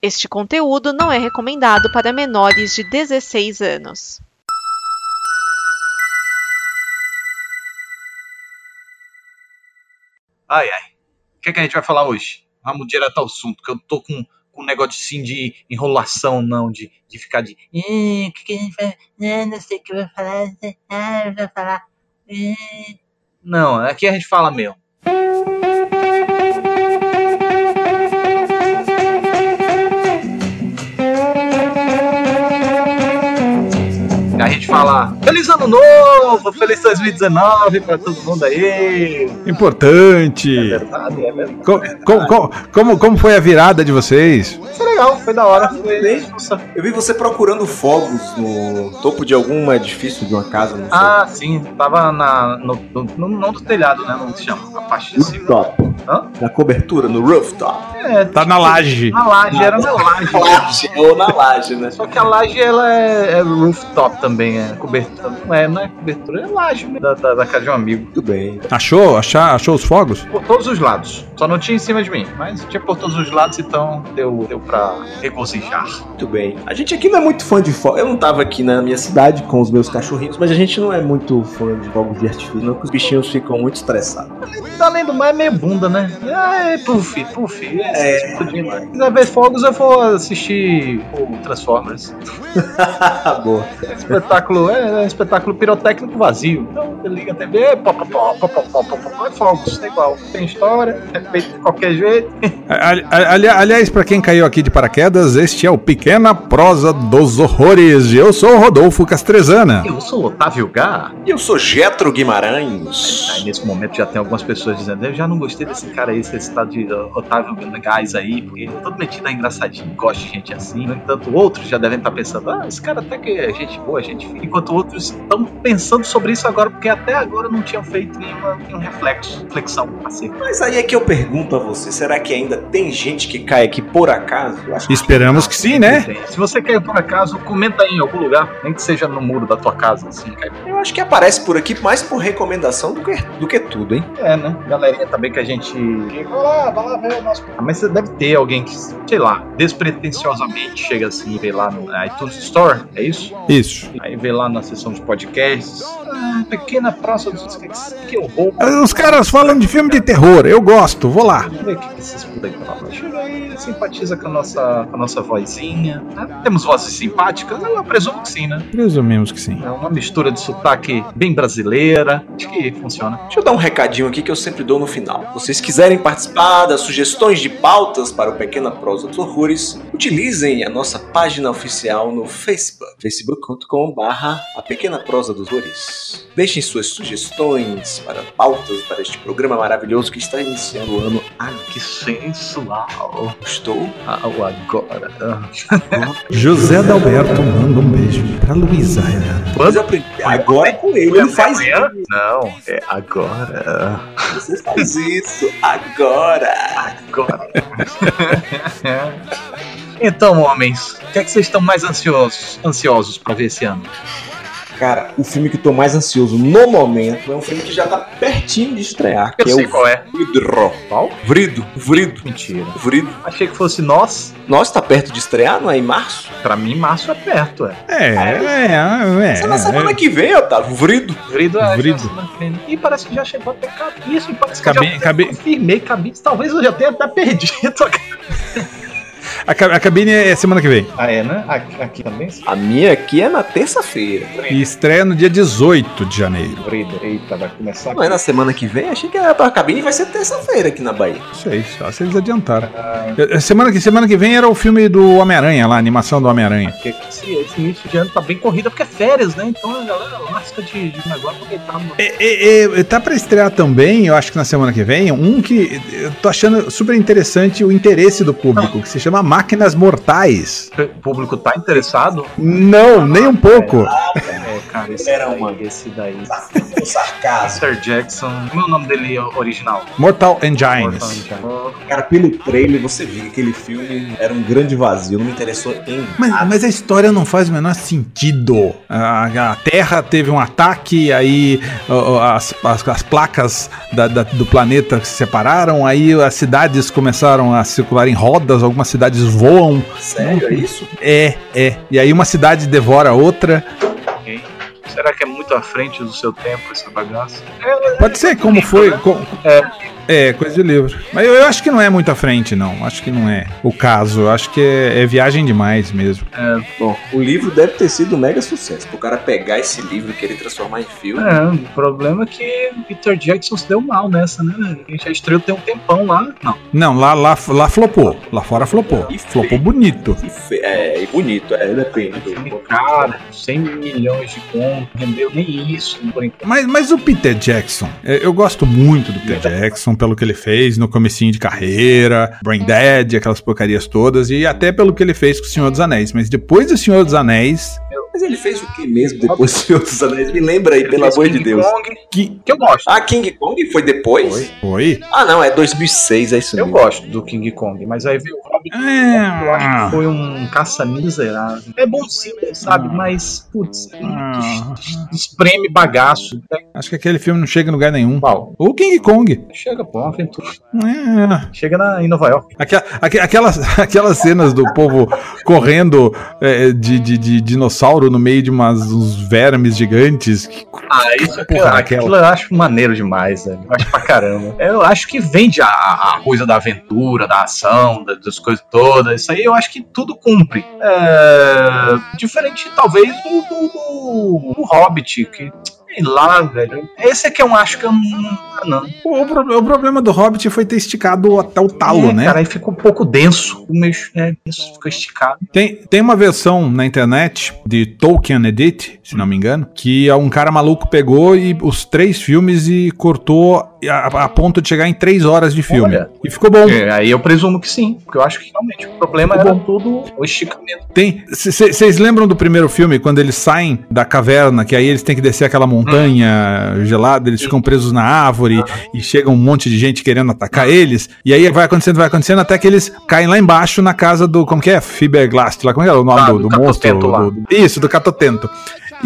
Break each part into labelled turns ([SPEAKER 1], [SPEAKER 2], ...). [SPEAKER 1] Este conteúdo não é recomendado para menores de 16 anos.
[SPEAKER 2] Ai, ai. O que, é que a gente vai falar hoje? Vamos direto ao assunto, que eu tô com, com um negócio assim de enrolação, não, de, de ficar de. "Ih, O que, que a gente vai. Ah, não sei o que vai falar. Ah, vai falar. Ih." Não, aqui a gente fala mesmo. A gente fala. Feliz ano novo! Feliz 2019 pra todo mundo aí! É
[SPEAKER 3] Importante.
[SPEAKER 2] verdade, é verdade.
[SPEAKER 3] Co- co- co- como, como foi a virada de vocês?
[SPEAKER 2] Foi legal, foi da hora. Foi, nossa,
[SPEAKER 4] Eu vi você procurando fogos no topo de algum edifício de uma casa, não sei.
[SPEAKER 2] Ah, sim, tava na, no, no, no- não do telhado, né? Não se chama. A parte de cima.
[SPEAKER 4] Rooftop.
[SPEAKER 2] Hã?
[SPEAKER 4] Na cobertura, no rooftop.
[SPEAKER 2] É,
[SPEAKER 3] Tá na laje.
[SPEAKER 2] na laje, era na laje.
[SPEAKER 4] Laje, ou na laje, né?
[SPEAKER 2] Só que a laje ela é, é rooftop também, é cobertura. Não é, não é cobertura, é laje mesmo, da, da, da casa de um amigo.
[SPEAKER 4] Muito bem.
[SPEAKER 3] Achou? Achar, achou os fogos?
[SPEAKER 2] Por todos os lados. Só não tinha em cima de mim, mas tinha por todos os lados, então deu, deu pra regozijar.
[SPEAKER 4] Muito bem. A gente aqui não é muito fã de fogos. Eu não tava aqui na minha cidade com os meus cachorrinhos, mas a gente não é muito fã de fogos de artifício, não, que os bichinhos ficam muito estressados.
[SPEAKER 2] Além do mais, é meio bunda, né? Ah, é puff, puff. É, explodindo. Se quiser ver fogos, eu vou assistir o Transformers.
[SPEAKER 4] Boa.
[SPEAKER 2] espetáculo é, é espetáculo pirotécnico vazio. Então você liga a TV, pó, pó, pó, pó, pó, pó, pó, pó, é fogos, é igual. Tem história, é feito de qualquer jeito.
[SPEAKER 3] A- a- ali- aliás, pra quem caiu aqui de paraquedas, este é o Pequena Prosa dos Horrores. E eu sou o Rodolfo Castrezana.
[SPEAKER 2] Eu sou o Otávio Gá.
[SPEAKER 4] E eu sou Getro Guimarães.
[SPEAKER 2] Aí, nesse momento já tem algumas pessoas dizendo, eu já não gostei desse cara aí, esse tal de ó, Otávio Gás aí, porque ele é todo metido a engraçadinho, gosto de gente assim. No entanto, outros já devem estar pensando, ah, esse cara até que é gente boa, gente fina. Enquanto outros estão pensando sobre isso agora, porque até agora não tinham feito nenhuma, nenhum reflexo, reflexão assim. acerca
[SPEAKER 4] Mas aí é que eu pergunto a você, será que ainda tem gente que cai aqui por acaso? Eu acho que
[SPEAKER 3] Esperamos que sim, né?
[SPEAKER 2] Se você caiu por acaso, comenta aí em algum lugar, nem que seja no muro da tua casa, assim, cai.
[SPEAKER 4] Eu acho que aparece por aqui mais por recomendação do que, do que tudo, hein?
[SPEAKER 2] É, né? Galerinha também que a gente. que, Vai lá, vai lá ver o nosso. Ah, Mas você deve ter alguém que, sei lá, despretensiosamente chega assim, vê lá no iTunes Store, é isso?
[SPEAKER 3] Isso.
[SPEAKER 2] Aí vê lá na seção de podcasts. Ah, pequena praça dos. Que, que horror.
[SPEAKER 3] Os caras falam de filme de terror. Eu gosto, vou lá.
[SPEAKER 2] Vamos ver o que que esses putos aí falam. Chega aí, simpatiza com a nossa, com a nossa vozinha. né? Temos vozes simpáticas? Eu presumo que sim, né?
[SPEAKER 3] Presumimos que sim.
[SPEAKER 2] É uma mistura de sotaque bem brasileira. Acho que funciona.
[SPEAKER 4] Deixa eu dar um recadinho aqui que eu sempre dou no final. Vocês quiserem participar das sugestões de pautas para o Pequena Prosa dos Horrores, utilizem a nossa página oficial no Facebook, facebook.com.br a Pequena Prosa dos Horrores. Deixem suas sugestões para pautas para este programa maravilhoso que está iniciando o ano. Ah,
[SPEAKER 2] Ai, que sensual.
[SPEAKER 4] Estou
[SPEAKER 2] Ao agora.
[SPEAKER 3] José Dalberto manda um beijo pra Luísa.
[SPEAKER 4] Mas eu aprendi- Agora é com ele, ele faz
[SPEAKER 2] Não, é agora.
[SPEAKER 4] Você faz isso agora.
[SPEAKER 2] Agora. então, homens, o que é que vocês estão mais ansiosos, ansiosos para ver esse ano?
[SPEAKER 4] Cara, o filme que eu tô mais ansioso no momento é um filme que já tá pertinho de estrear,
[SPEAKER 2] Eu
[SPEAKER 4] que
[SPEAKER 2] sei
[SPEAKER 4] é o
[SPEAKER 2] qual é.
[SPEAKER 4] Vidro.
[SPEAKER 2] Qual?
[SPEAKER 4] Vrido, Vrido,
[SPEAKER 2] Mentira.
[SPEAKER 4] Vrido.
[SPEAKER 2] Achei que fosse nós.
[SPEAKER 4] Nossa, tá perto de estrear, não é? Em março?
[SPEAKER 2] Pra mim, março é perto, é.
[SPEAKER 3] É, é, é.
[SPEAKER 4] Essa é na semana que vem, Otávio. Vrido.
[SPEAKER 2] Vrido é.
[SPEAKER 3] Vrido.
[SPEAKER 2] E parece que já chegou até Cabiz. Isso, e parece que
[SPEAKER 3] Cabi-
[SPEAKER 2] eu já
[SPEAKER 3] Cabi-
[SPEAKER 2] confirmei Cabiz. Talvez eu já tenha até perdido a
[SPEAKER 3] A, ca- a cabine é semana que vem.
[SPEAKER 2] Ah, é, né? Aqui, aqui também?
[SPEAKER 4] A minha aqui é na terça-feira.
[SPEAKER 3] E estreia no dia 18 de janeiro.
[SPEAKER 2] Brida. Eita, vai começar.
[SPEAKER 4] Não é na semana que vem? Achei que era pra cabine e vai ser terça-feira aqui na Bahia.
[SPEAKER 3] Não sei, só se eles adiantaram. Eh, eh, Semana que, semana que vem era o filme do Homem-Aranha, lá, a animação do Homem-Aranha.
[SPEAKER 2] Porque esse, esse início de ano tá bem corrida, porque é férias, né? Então a galera lasca de, de negócio porque tá no.
[SPEAKER 3] É, E, e- e- tá pra estrear também, eu acho que na semana que vem, um que eu tô achando super interessante o interesse do público, que se chama Máquinas Mortais.
[SPEAKER 2] O público tá interessado?
[SPEAKER 3] Não, nem um pouco.
[SPEAKER 2] É, cara, esse
[SPEAKER 4] Verão,
[SPEAKER 2] daí,
[SPEAKER 4] mano.
[SPEAKER 2] esse daí.
[SPEAKER 4] Um sarcasmo.
[SPEAKER 2] Peter Jackson. Como é o nome dele original? é
[SPEAKER 3] Mortal Engines.
[SPEAKER 2] Mortal Engines.
[SPEAKER 4] Cara, pelo trailer você vê que aquele filme era um grande vazio, não me interessou em
[SPEAKER 3] Mas,
[SPEAKER 4] nada.
[SPEAKER 3] mas a história não faz o menor sentido. A, a Terra teve um ataque, aí ó, ó, as, as- as placas da- da- do planeta se separaram, aí as cidades começaram a circular em rodas, algumas cidades voam.
[SPEAKER 4] Sério, é isso?
[SPEAKER 3] É, é. E aí uma cidade devora a outra.
[SPEAKER 2] Será que é muito à frente do seu tempo essa bagaça?
[SPEAKER 3] Pode ser como foi. co- é. coisa de livro. Mas eu, eu acho que não é muito à frente, não. Acho que não é o caso. Eu Acho que é- é viagem demais mesmo.
[SPEAKER 4] Bom, o livro deve ter sido um mega sucesso. Pro cara pegar esse livro e querer transformar em filme.
[SPEAKER 2] É, o problema é que Peter Jackson se deu mal nessa, né? Ele já estreou tem um tempão lá. Não,
[SPEAKER 3] Não, lá, lá, lá flopou. Lá fora flopou.
[SPEAKER 4] E
[SPEAKER 3] Flopou
[SPEAKER 4] feio.
[SPEAKER 3] bonito.
[SPEAKER 4] E fe- É, e bonito, é, depende do.
[SPEAKER 2] filme caro, 100 milhões de conto, rendeu nem isso por enquanto.
[SPEAKER 3] Mas, mas o Peter Jackson, é, eu gosto muito do Peter Jackson, pelo que ele fez no comecinho de carreira, Brain Dead, aquelas porcarias todas, e até pelo que ele fez com o Senhor dos Anéis. Mas depois do Senhor dos Anéis,
[SPEAKER 4] Mas ele fez o que mesmo depois de Senhor dos Anéis? Me lembra aí,
[SPEAKER 2] Ele
[SPEAKER 4] pelo
[SPEAKER 2] fez
[SPEAKER 4] amor de
[SPEAKER 2] King
[SPEAKER 4] Deus.
[SPEAKER 2] Kong,
[SPEAKER 3] que
[SPEAKER 2] que eu gosto.
[SPEAKER 4] Ah, King Kong foi depois?
[SPEAKER 3] foi.
[SPEAKER 4] Ah, não, é 2006, é isso
[SPEAKER 2] Eu
[SPEAKER 4] mesmo.
[SPEAKER 2] gosto Ah. do King Kong, mas aí veio o Hobbit. Eu acho que
[SPEAKER 3] É,
[SPEAKER 2] foi um caça miserável. É bom sim, sabe? Mas, putz, é muito es- espreme bagaço. É
[SPEAKER 3] acho que aquele filme não chega em lugar nenhum.
[SPEAKER 2] igual.
[SPEAKER 3] Ou King Kong.
[SPEAKER 2] Chega, pô, uma aventura.
[SPEAKER 3] É.
[SPEAKER 2] Chega na, em Nova York.
[SPEAKER 3] Aquela- aque- aquelas, aquelas cenas do povo correndo é, de, de- de dinossauro no meio de umas, uns vermes gigantes. que-
[SPEAKER 2] Ah, isso aqui,
[SPEAKER 3] Porra,
[SPEAKER 2] aquilo eu acho maneiro demais, velho. Eu acho pra caramba. Eu acho que vende a, a coisa da aventura, da ação, da- das coisas todas. Isso aí eu acho que tudo cumpre. É, Diferente, talvez, do, do- do- do Hobbit, que. Sei lá, velho. Esse aqui eu acho que eu não. ah, não.
[SPEAKER 3] O, o pro- o problema do Hobbit foi ter esticado até o talo,
[SPEAKER 2] É,
[SPEAKER 3] né?
[SPEAKER 2] Cara, aí fica um pouco denso. O meu, é, isso fica esticado.
[SPEAKER 3] Tem, tem uma versão na internet de Tolkien Edit, se não me engano, que um cara maluco pegou e os três filmes e cortou a, a ponto de chegar em três horas de filme.
[SPEAKER 2] Olha.
[SPEAKER 3] E ficou bom.
[SPEAKER 2] É, aí eu presumo que sim. Porque eu acho que realmente o problema era tudo o esticamento.
[SPEAKER 3] Tem. Vocês lembram do primeiro filme, quando eles saem da caverna, que aí eles têm que descer aquela montanha gelada, eles ficam presos na árvore e chega um monte de gente querendo atacar eles. E aí vai acontecendo, vai acontecendo, até que eles caem lá embaixo na casa do. Como que é? Fiberglast, lá. Como é o nome
[SPEAKER 2] Ah,
[SPEAKER 3] do,
[SPEAKER 2] do
[SPEAKER 3] do monstro?
[SPEAKER 2] Catotento lá.
[SPEAKER 3] do- do- isso, do Catotento.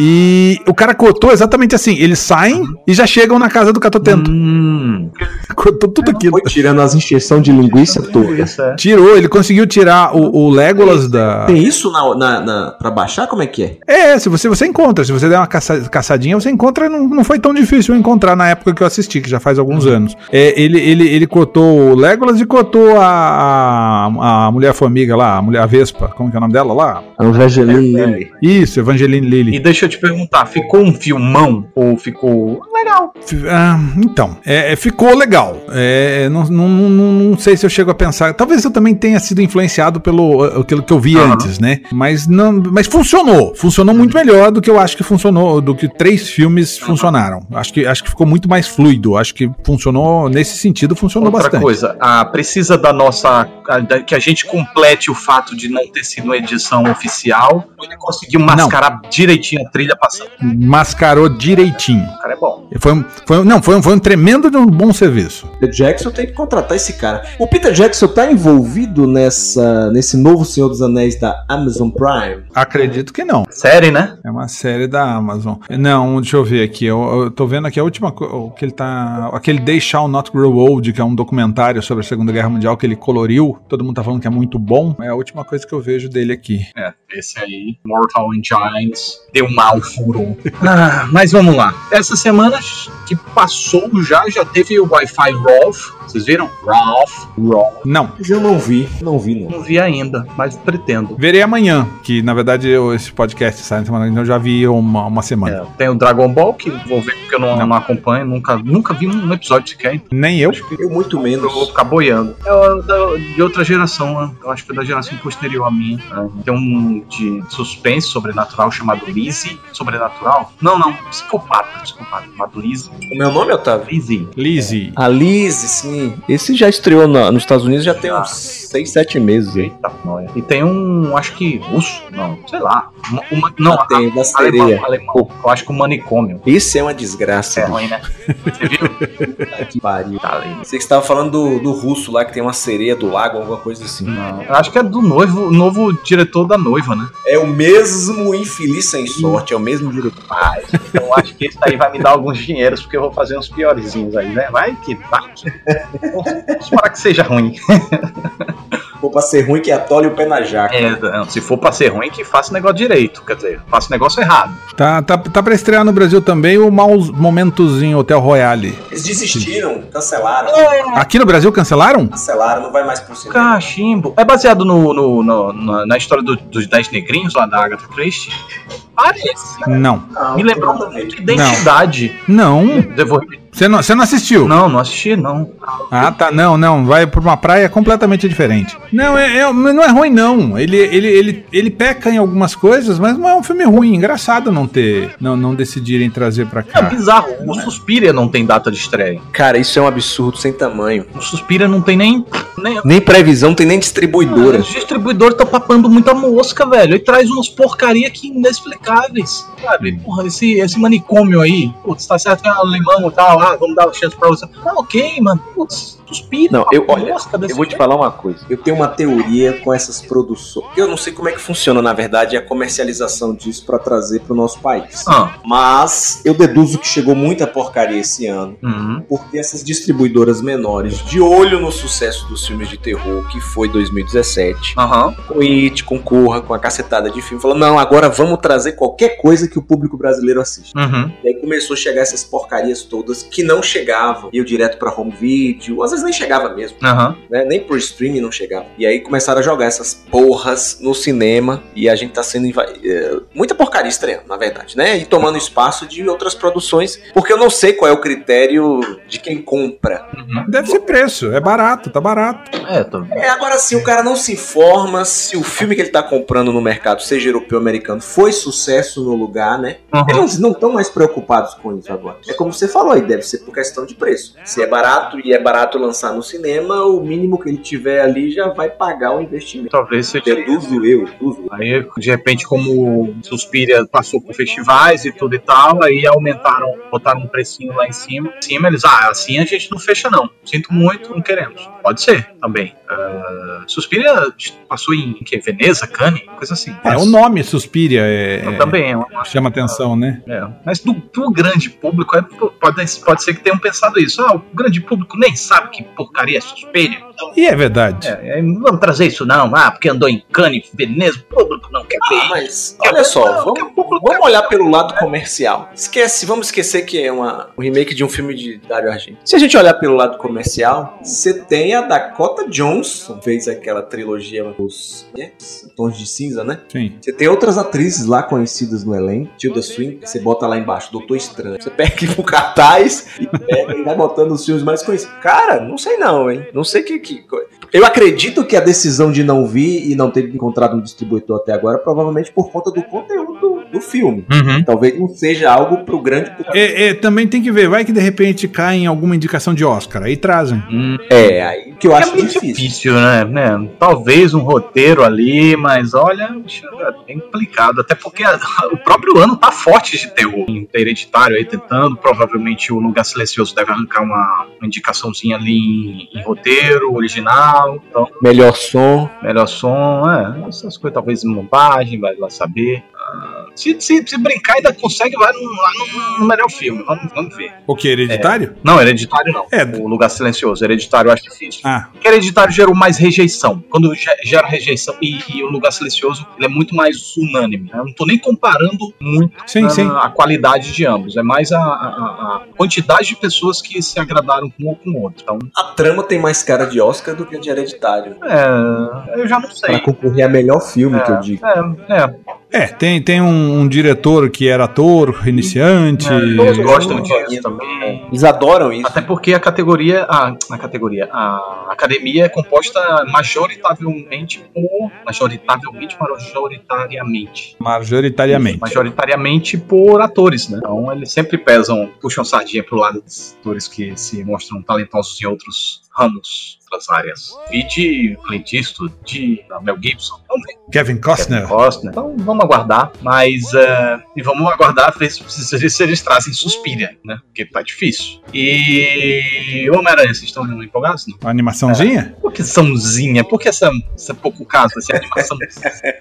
[SPEAKER 3] E o cara cortou exatamente assim. Eles saem e já chegam na casa do Catotento.
[SPEAKER 2] Hum,
[SPEAKER 3] Cortou tudo aquilo.
[SPEAKER 4] Foi tirando as injeções de linguiça toda.
[SPEAKER 2] isso é.
[SPEAKER 3] Tirou, ele conseguiu tirar o, o Legolas da.
[SPEAKER 4] Tem isso na, na, na- pra baixar? Como é que é?
[SPEAKER 3] É, se você, você encontra. Se você der uma caça- caçadinha, você encontra. Não, não foi tão difícil eu encontrar na época que eu assisti, que já faz alguns anos. É, ele, ele, ele cotou o Legolas e cotou a, a, a mulher formiga lá, a mulher Vespa. Como que é o nome dela lá?
[SPEAKER 2] É.
[SPEAKER 4] Angelina Lily.
[SPEAKER 3] Isso, Evangeline
[SPEAKER 2] E
[SPEAKER 3] Lilly.
[SPEAKER 2] deixa eu te perguntar, ficou um filmão ou ficou legal?
[SPEAKER 3] F- ah, então, é, é, ficou legal. É, não, não, não, não- não sei se eu chego a pensar. Talvez eu também tenha sido influenciado pelo ah, aquilo que eu vi
[SPEAKER 2] Aham.
[SPEAKER 3] antes, né? Mas não, mas funcionou. Funcionou muito melhor do que eu acho que funcionou, do que três filmes funcionaram. Acho que, acho que ficou muito mais fluido. Acho que funcionou nesse sentido, funcionou
[SPEAKER 2] Outra
[SPEAKER 3] bastante.
[SPEAKER 2] coisa, ah, precisa da nossa a- da- que a gente complete o fato de não ter sido uma edição oficial. Ele conseguiu mascarar direitinho a trilha passando.
[SPEAKER 3] Mascarou direitinho.
[SPEAKER 2] O cara é bom.
[SPEAKER 3] Foi um, foi um- não, foi um, foi um tremendo de um bom serviço.
[SPEAKER 4] Peter Jackson tem que contratar esse cara. O Peter Jackson tá envolvido nessa, nesse novo Senhor dos Anéis da Amazon Prime?
[SPEAKER 3] Acredito que não.
[SPEAKER 2] Série, né?
[SPEAKER 3] É uma série da Amazon. Não, deixa eu ver aqui. Eu, eu tô vendo aqui a última co- o que ele tá. Aquele They Shall Not Grow Old, que é um documentário sobre a Segunda Guerra Mundial que ele coloriu. Todo mundo tá falando que é muito bom. É a última coisa que eu vejo dele aqui.
[SPEAKER 2] É, esse aí, Mortal Engines, deu mal furou. Ah, mas vamos lá. Essa semana que passou já, já teve o Wi-Fi Rolf. Vocês viram? Rolf. Rolf.
[SPEAKER 3] Não,
[SPEAKER 4] Eu não vi. Não vi, não.
[SPEAKER 2] Não vi ainda, mas pretendo.
[SPEAKER 3] verei amanhã, que na verdade eu- esse podcast sai na semana, então eu já vi uma, uma semana.
[SPEAKER 2] É, tem o Dragon Ball, que vou ver porque eu não, não acompanho, nunca, nunca vi um episódio sequer, então
[SPEAKER 3] Nem eu.
[SPEAKER 4] Eu muito
[SPEAKER 2] eu vou
[SPEAKER 4] menos.
[SPEAKER 2] ficar boiando. É da- de outra geração, né? eu acho que é da geração posterior à minha. né? Tem um de suspense sobrenatural chamado Lizzie. Sobrenatural? Não, não, psicopata, psicopata, chamado Lizzie.
[SPEAKER 4] O meu nome, Otávio?
[SPEAKER 2] Lizzie.
[SPEAKER 3] Lizzie.
[SPEAKER 4] A Liz, sim, sim. Esse já estreou na- nos Estados Unidos já tem uns 6, 7 meses aí.
[SPEAKER 2] Eita, noia. tá. E tem um, acho que russo, não, sei lá. Uma, uma- não,
[SPEAKER 4] Ah, tem, da
[SPEAKER 2] a- alemão,
[SPEAKER 4] sereia.
[SPEAKER 2] alemão. Eu acho que o manicômio.
[SPEAKER 4] Isso é uma
[SPEAKER 2] É
[SPEAKER 4] desgraça. bicho.
[SPEAKER 2] ruim, né? Você viu?
[SPEAKER 4] Puta que pariu.
[SPEAKER 2] Tá ali.
[SPEAKER 4] Você que estava falando do, do russo lá que tem uma sereia do lago, alguma coisa assim.
[SPEAKER 2] Não, eu acho que é do noivo, novo diretor da noiva, né?
[SPEAKER 4] É o mesmo infeliz sem sorte, é o mesmo diretor.
[SPEAKER 2] Então eu acho que esse daí vai me dar alguns dinheiros, porque eu vou fazer uns piorzinhos aí, né? Vai que tá. Vamos esperar que seja ruim.
[SPEAKER 4] Pô, pra ser ruim que atole o pé na jaca.
[SPEAKER 2] É, não, se for pra ser ruim, que faça o negócio direito. Quer dizer, faça o negócio errado.
[SPEAKER 3] Tá, tá, tá pra estrear no Brasil também o Maus Momentos em Hotel Royale.
[SPEAKER 4] Eles desistiram, cancelaram,
[SPEAKER 3] Aqui no Brasil cancelaram?
[SPEAKER 4] cancelaram, não vai mais pro cinema.
[SPEAKER 2] Cachimbo. É baseado no, no- no- na, na história do- dos Dez Negrinhos, lá da Agatha Christie? Parece.
[SPEAKER 3] Não.
[SPEAKER 4] Não,
[SPEAKER 2] Me
[SPEAKER 4] não
[SPEAKER 2] lembrou
[SPEAKER 4] tem nada a
[SPEAKER 2] muito
[SPEAKER 4] ver.
[SPEAKER 2] Identidade.
[SPEAKER 3] Não.
[SPEAKER 2] Eu vou repetir.
[SPEAKER 3] Você não, você não assistiu?
[SPEAKER 2] Não, não assisti, não.
[SPEAKER 3] Ah, tá. Não, não. Vai pra uma praia completamente diferente. Não, é, é- não é ruim, não. Ele, ele, ele, ele peca em algumas coisas, mas não é um filme ruim. Engraçado não ter. Não, não decidirem trazer pra
[SPEAKER 2] É
[SPEAKER 3] cá.
[SPEAKER 2] bizarro. O Suspira não tem data de estreia.
[SPEAKER 4] Cara, isso é um absurdo sem tamanho.
[SPEAKER 2] O Suspira não tem nem. nem...
[SPEAKER 4] Nem previsão, tem nem distribuidora.
[SPEAKER 2] Os distribuidores estão papando muita mosca, velho. E traz umas porcaria que inexplicáveis. Sabe? Porra, esse, esse manicômio aí. Putz, tá certo que é alemão e tal. Ah, vamos dar o chance pra você. Ah, ok, mano. Putz, suspira.
[SPEAKER 4] Não, eu- olha,
[SPEAKER 2] mosca desse
[SPEAKER 4] Eu vou te
[SPEAKER 2] jeito.
[SPEAKER 4] falar uma coisa. Eu tenho uma teoria com essas produções. Eu não sei como é que funciona, na verdade, a comercialização disso pra trazer pro nosso país.
[SPEAKER 2] Ah.
[SPEAKER 4] Mas eu deduzo que chegou muita porcaria esse ano.
[SPEAKER 2] Uhum.
[SPEAKER 4] Porque essas distribuidoras menores, de olho no sucesso dos filmes de terror, que foi 2017,
[SPEAKER 2] Aham.
[SPEAKER 4] com It, com Corra, com a cacetada de filme, falou: não, agora vamos trazer qualquer coisa que o público brasileiro assista.
[SPEAKER 2] Uhum.
[SPEAKER 4] E aí começou a chegar essas porcarias todas que não chegavam. Iam direto pra home video, às vezes nem chegava mesmo
[SPEAKER 2] Aham.
[SPEAKER 4] né? Nem por streaming não chegava. E aí começaram a jogar essas porras no cinema e a gente tá sendo inva- eh, muita porcaria estreando, na verdade, né? E tomando espaço de outras produções, porque eu não sei qual é o critério de quem compra.
[SPEAKER 3] Deve ser preço. É barato, tá barato.
[SPEAKER 2] É, tô...
[SPEAKER 4] É, agora sim, o cara não se informa se o filme que ele tá comprando no mercado, seja europeu ou americano, foi sucesso no lugar, né?
[SPEAKER 2] Uhum.
[SPEAKER 4] Eles não estão mais preocupados com isso agora. É como você falou aí, deve ser por questão de preço. Se é barato e é barato lançar no cinema, o mínimo que ele tiver ali já vai pagar o investimento.
[SPEAKER 2] Talvez seja
[SPEAKER 4] é
[SPEAKER 2] isso.
[SPEAKER 4] Deduzo eu, deduzo eu.
[SPEAKER 2] Aí, de repente, como o Suspiria passou por festivais e tudo e tal, aí aumentaram, botaram um precinho lá em cima. Em cima eles, ah, assim a gente não fecha não. Sinto muito, não queremos. Pode ser, também. Ah, Suspiria passou em, em que? Veneza, Cannes, coisa assim.
[SPEAKER 3] É, o nome Suspiria é,
[SPEAKER 2] Então, Também, é uma-
[SPEAKER 3] chama atenção, né?
[SPEAKER 2] é. mas do, do grande público, é, pode, pode ser que tenham pensado isso. Ah, o grande público nem sabe que porcaria é Suspiria. Então,
[SPEAKER 3] E é verdade.
[SPEAKER 2] É, é, não vamos trazer isso não, ah, porque andou em Cannes, Veneza, o público não quer ver.
[SPEAKER 4] Ah, Mas, olha só, vamos, vamos olhar pelo lado comercial. Esquece, vamos esquecer que é uma, um remake de um filme de Dario Argento. Se a gente olhar pelo lado comercial, você tem a Dakota Johnson, fez aquela trilogia dos né, Tons de Cinza, né?
[SPEAKER 2] É.
[SPEAKER 3] Sim.
[SPEAKER 4] Você tem outras atrizes lá conhecidas no elenco, Tilda Swinton, você bota lá embaixo, Doutor Estranho. Você pega aqui pro cartaz e pega e vai botando os filmes mais conhecidos. Cara, não sei não, hein? Não sei que, que co- Eu acredito que a decisão de não vir e não ter encontrado um distribuidor até agora é provavelmente por conta do conteúdo do, do filme.
[SPEAKER 2] Uhum.
[SPEAKER 4] Talvez não seja algo pro grande público.
[SPEAKER 3] É, é, também tem que ver, vai que de repente cai em alguma indicação de Oscar, aí trazem.
[SPEAKER 4] É, aí que eu
[SPEAKER 2] É
[SPEAKER 4] acho
[SPEAKER 2] muito
[SPEAKER 4] difícil.
[SPEAKER 2] difícil, né? né? Talvez um roteiro ali, mas olha, bicho, é complicado. Até porque a- o próprio ano tá forte de terror. Tem Hereditário aí tentando, provavelmente o Lugar Silencioso deve arrancar uma, uma indicaçãozinha ali em, em roteiro, original. Então,
[SPEAKER 4] Melhor som.
[SPEAKER 2] melhor som, é, essas coisas, talvez montagem, vai lá saber. Ah, se, se, se brincar, ainda consegue lá no, lá no- no melhor filme. Vamos, vamos ver.
[SPEAKER 3] O que, hereditário?
[SPEAKER 2] Não, Hereditário não.
[SPEAKER 3] É.
[SPEAKER 2] O Lugar Silencioso. Hereditário eu acho difícil.
[SPEAKER 3] Ah,
[SPEAKER 2] Porque hereditário gerou mais rejeição. Quando ge- gera rejeição e, e o lugar silencioso, ele é muito mais unânime. né? Eu não tô nem comparando muito
[SPEAKER 3] sim,
[SPEAKER 2] né,
[SPEAKER 3] sim.
[SPEAKER 2] a qualidade de ambos. É mais a, a- a- a quantidade de pessoas que se agradaram com um ou com o outro. Então,
[SPEAKER 4] A trama tem mais cara de Oscar do que de hereditário.
[SPEAKER 2] é, eu já não
[SPEAKER 4] Pra
[SPEAKER 2] sei.
[SPEAKER 4] concorrer a melhor filme, que eu digo.
[SPEAKER 2] É, é.
[SPEAKER 3] É, tem, tem um, um diretor que era ator,
[SPEAKER 2] É,
[SPEAKER 3] iniciante.
[SPEAKER 2] Todos gostam disso também.
[SPEAKER 4] Eles adoram isso.
[SPEAKER 2] Até porque a categoria, a, a categoria, a academia é composta majoritariamente por, majoritariamente, majoritariamente,
[SPEAKER 3] Majoritariamente.
[SPEAKER 2] majoritariamente por atores, né? Então eles sempre pesam, puxam sardinha pro lado dos atores que se mostram talentosos em outros ramos, outras áreas. E de Clint Eastwood, de Mel Gibson, então, né,
[SPEAKER 3] Kevin
[SPEAKER 2] Kevin
[SPEAKER 3] Costner.
[SPEAKER 2] Costner. Então vamos aguardar, mas eh, e vamos aguardar ver se, se, se eles trazem Suspira, né? Porque tá difícil. E Homem-Aranha, vocês estão empolgados? Não?
[SPEAKER 3] Uma animaçãozinha?
[SPEAKER 2] Por que sãozinha? Por que essa, essa pouco caso, essa animação?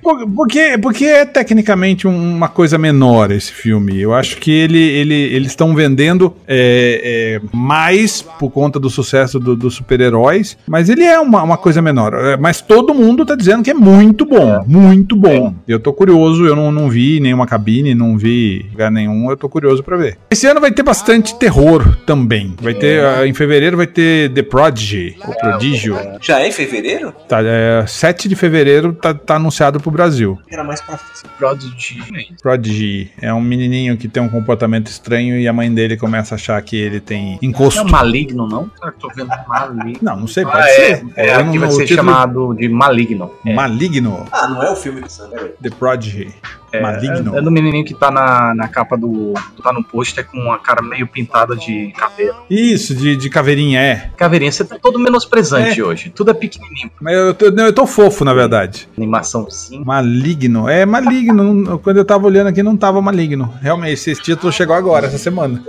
[SPEAKER 3] Por- Porque, porque é tecnicamente um- uma coisa menor esse filme. Eu acho que ele, ele, eles estão vendendo é, é, mais por conta do sucesso do- dos super-heróis, mas ele é uma, uma coisa menor. É, Mas todo mundo tá dizendo que é muito bom, muito bom. Eu tô curioso, eu não, não vi nenhuma cabine, não vi lugar nenhum, eu tô curioso pra ver. Esse ano vai ter bastante terror também. Vai ter, ah, em fevereiro vai ter The Prodigy, É, o Prodígio.
[SPEAKER 4] Já é em fevereiro?
[SPEAKER 3] Tá, é, 7 de fevereiro tá, tá anunciado pro Brasil.
[SPEAKER 4] Era mais pra frente.
[SPEAKER 2] Prodigy.
[SPEAKER 3] Prodigy é um menininho que tem um comportamento estranho e a mãe dele começa a achar que ele tem encosto.
[SPEAKER 2] Não é maligno, não? Será que eu tô vendo um maligno?
[SPEAKER 3] Não, não sei, pode
[SPEAKER 2] Ah, é.
[SPEAKER 3] ser.
[SPEAKER 2] É,
[SPEAKER 3] eu
[SPEAKER 2] aqui vai
[SPEAKER 3] o
[SPEAKER 2] ser
[SPEAKER 3] título-
[SPEAKER 2] chamado de Maligno. É.
[SPEAKER 3] Maligno.
[SPEAKER 4] Ah, não é o filme do Sandra.
[SPEAKER 3] The Prodigy.
[SPEAKER 2] É,
[SPEAKER 3] Maligno.
[SPEAKER 2] É, é do menininho que tá na, na capa do. tá no pôster com a cara meio pintada de caveira.
[SPEAKER 3] Isso, de, de caveirinha, é.
[SPEAKER 2] Caveirinha, você tá todo menosprezante hoje. Tudo é pequenininho.
[SPEAKER 3] Mas eu tô, não, eu tô fofo, na verdade.
[SPEAKER 2] Animaçãozinha.
[SPEAKER 3] Maligno. É maligno. Não- Quando eu tava olhando aqui, não tava maligno. Realmente, esse título chegou agora, essa semana.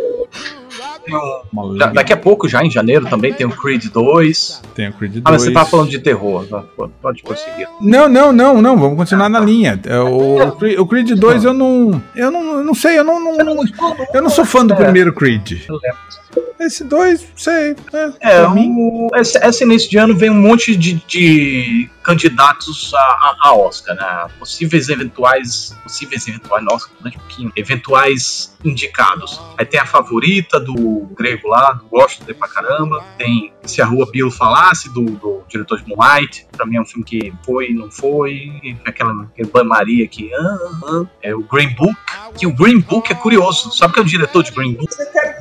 [SPEAKER 2] Tem um-
[SPEAKER 3] Maligno.
[SPEAKER 2] da- daqui a pouco, já em janeiro, também tem o Creed 2.
[SPEAKER 3] Tem o Creed
[SPEAKER 2] Ah, mas você
[SPEAKER 3] dois.
[SPEAKER 2] tava falando de terror. tá? Pô, Pode prosseguir.
[SPEAKER 3] Não, não, não, não. Vamos continuar na linha. É, O, o Creed- o Creed 2 eu não. Eu não, eu não sei, eu não, não- não- Eu não sou fã do primeiro Creed.
[SPEAKER 2] Eu
[SPEAKER 3] Esse dois, sei. É,
[SPEAKER 2] É,
[SPEAKER 3] pra mim.
[SPEAKER 2] o- esse, esse início de ano vem um monte de, de candidatos a, a- a Oscar, né? Possíveis eventuais. Possíveis eventuais. Nossa, mais um pouquinho. Eventuais indicados. Aí tem a favorita do grego lá, do gosto dele pra caramba. Tem Se a Rua Bill Falasse, do, do diretor de Moonlight. Pra mim é um filme que foi e não foi. e Aquela aquele banho-maria que. ah, ah, ah. É o Green Book. Que o Green Book é curioso. Sabe quem é o diretor de Green Book?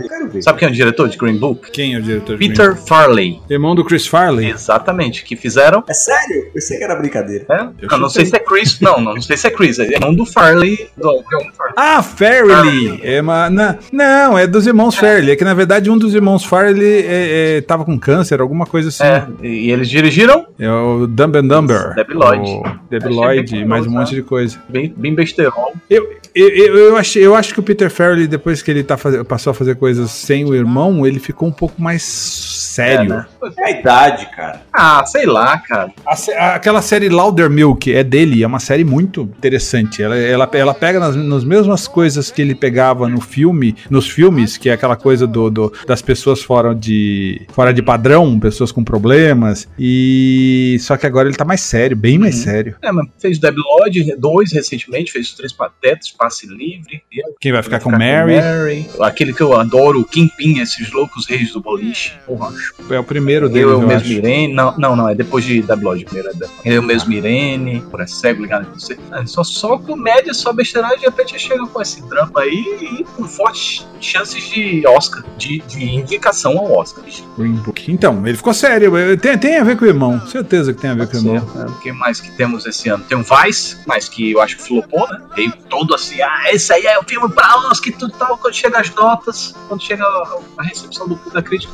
[SPEAKER 4] Quero ver.
[SPEAKER 2] Sabe quem é o diretor de Green Book?
[SPEAKER 3] Quem é o diretor de
[SPEAKER 2] Peter Farley.
[SPEAKER 3] Green? Irmão do Chris Farley?
[SPEAKER 2] Exatamente, que fizeram.
[SPEAKER 4] É sério? Eu sei que era brincadeira.
[SPEAKER 2] Né?
[SPEAKER 3] Eu
[SPEAKER 2] Eu não sei se é Chris, não, não, não sei se é Chris, é um do Farley. Do, é um Farley.
[SPEAKER 3] Ah, Farley! É uma, na- não, é dos irmãos Farley. É que na verdade um dos irmãos Farley é, é, tava com câncer, alguma coisa assim. É,
[SPEAKER 2] É, e eles dirigiram
[SPEAKER 3] o Dumb and Dumber.
[SPEAKER 2] Debi Lloyd.
[SPEAKER 3] O Debi
[SPEAKER 2] Achei
[SPEAKER 3] Lloyd
[SPEAKER 2] bem
[SPEAKER 3] e mais um
[SPEAKER 2] curioso,
[SPEAKER 3] monte de coisa.
[SPEAKER 2] bem, bem besterol.
[SPEAKER 3] Eu, eu, eu achei, eu acho que o Peter Farley, depois que ele tá faze- passou a fazer coisas sem o irmão, ele ficou um pouco mais sério.
[SPEAKER 2] É, né?
[SPEAKER 4] É a idade, cara.
[SPEAKER 2] Ah, sei lá, cara.
[SPEAKER 3] A sé- a- aquela série Loudermilk é dele, é uma série muito interessante. Ela, ela, ela pega nas, nas mesmas coisas que ele pegava no filme, nos filmes, que é aquela coisa do, do- das pessoas fora de, fora de padrão, pessoas com problemas. E só que agora ele tá mais sério, bem mais
[SPEAKER 2] Uhum.
[SPEAKER 3] sério.
[SPEAKER 2] É, mas fez Debbie Lloyd 2 recentemente, fez os Três Patetas, Passe Livre. e vai
[SPEAKER 3] Quem vai ficar com Mary
[SPEAKER 2] Aquele que eu adoro, o Kimpin, esses loucos reis do boliche. Porra,
[SPEAKER 3] é o primeiro dele,
[SPEAKER 2] eu, eu
[SPEAKER 3] eu,
[SPEAKER 2] mesmo
[SPEAKER 3] acho.
[SPEAKER 2] Irene. Não, não, não, é depois de Debbie Lloyd primeiro. É Debbie Lloyd. eu mesmo Irene, por é cego ligado em você. Ah, Só, só comédia, só besteira, de repente chega com esse drama aí e com fortes chances de Oscar, de, de indicação ao Oscar.
[SPEAKER 3] Green Book. Então, ele ficou sério. eu- Tem, tem a ver com o irmão, certeza que tem a ver com o irmão.
[SPEAKER 2] É, O que mais que temos esse ano? Tem o Vice, mas que eu acho que flopou, né? Veio todo assim, ah, esse aí é o filme pra Oscar e tudo e tal. Quando chega as notas, quando chega a a recepção do público da crítica,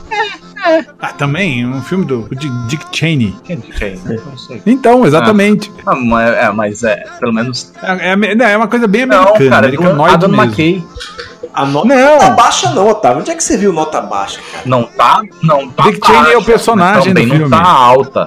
[SPEAKER 3] Ah, também, um filme do de Dick Cheney.
[SPEAKER 2] quem diz aí? né? Não sei.
[SPEAKER 3] Então, exatamente.
[SPEAKER 2] Ah, mas, é, mas é, pelo menos.
[SPEAKER 3] É, é ame- não, é uma coisa bem
[SPEAKER 2] Não,
[SPEAKER 3] americana,
[SPEAKER 2] cara, é do,
[SPEAKER 3] americanoide
[SPEAKER 2] Adam
[SPEAKER 3] mesmo.
[SPEAKER 2] McKay
[SPEAKER 4] A nota
[SPEAKER 3] Não,
[SPEAKER 4] baixa não, Otávio. Onde é que você viu nota baixa, cara?
[SPEAKER 2] Não tá, não tá.
[SPEAKER 3] Dick Cheney é o
[SPEAKER 2] baixa,
[SPEAKER 3] personagem
[SPEAKER 2] mas também
[SPEAKER 3] do
[SPEAKER 2] não
[SPEAKER 3] filme.
[SPEAKER 2] tá alta.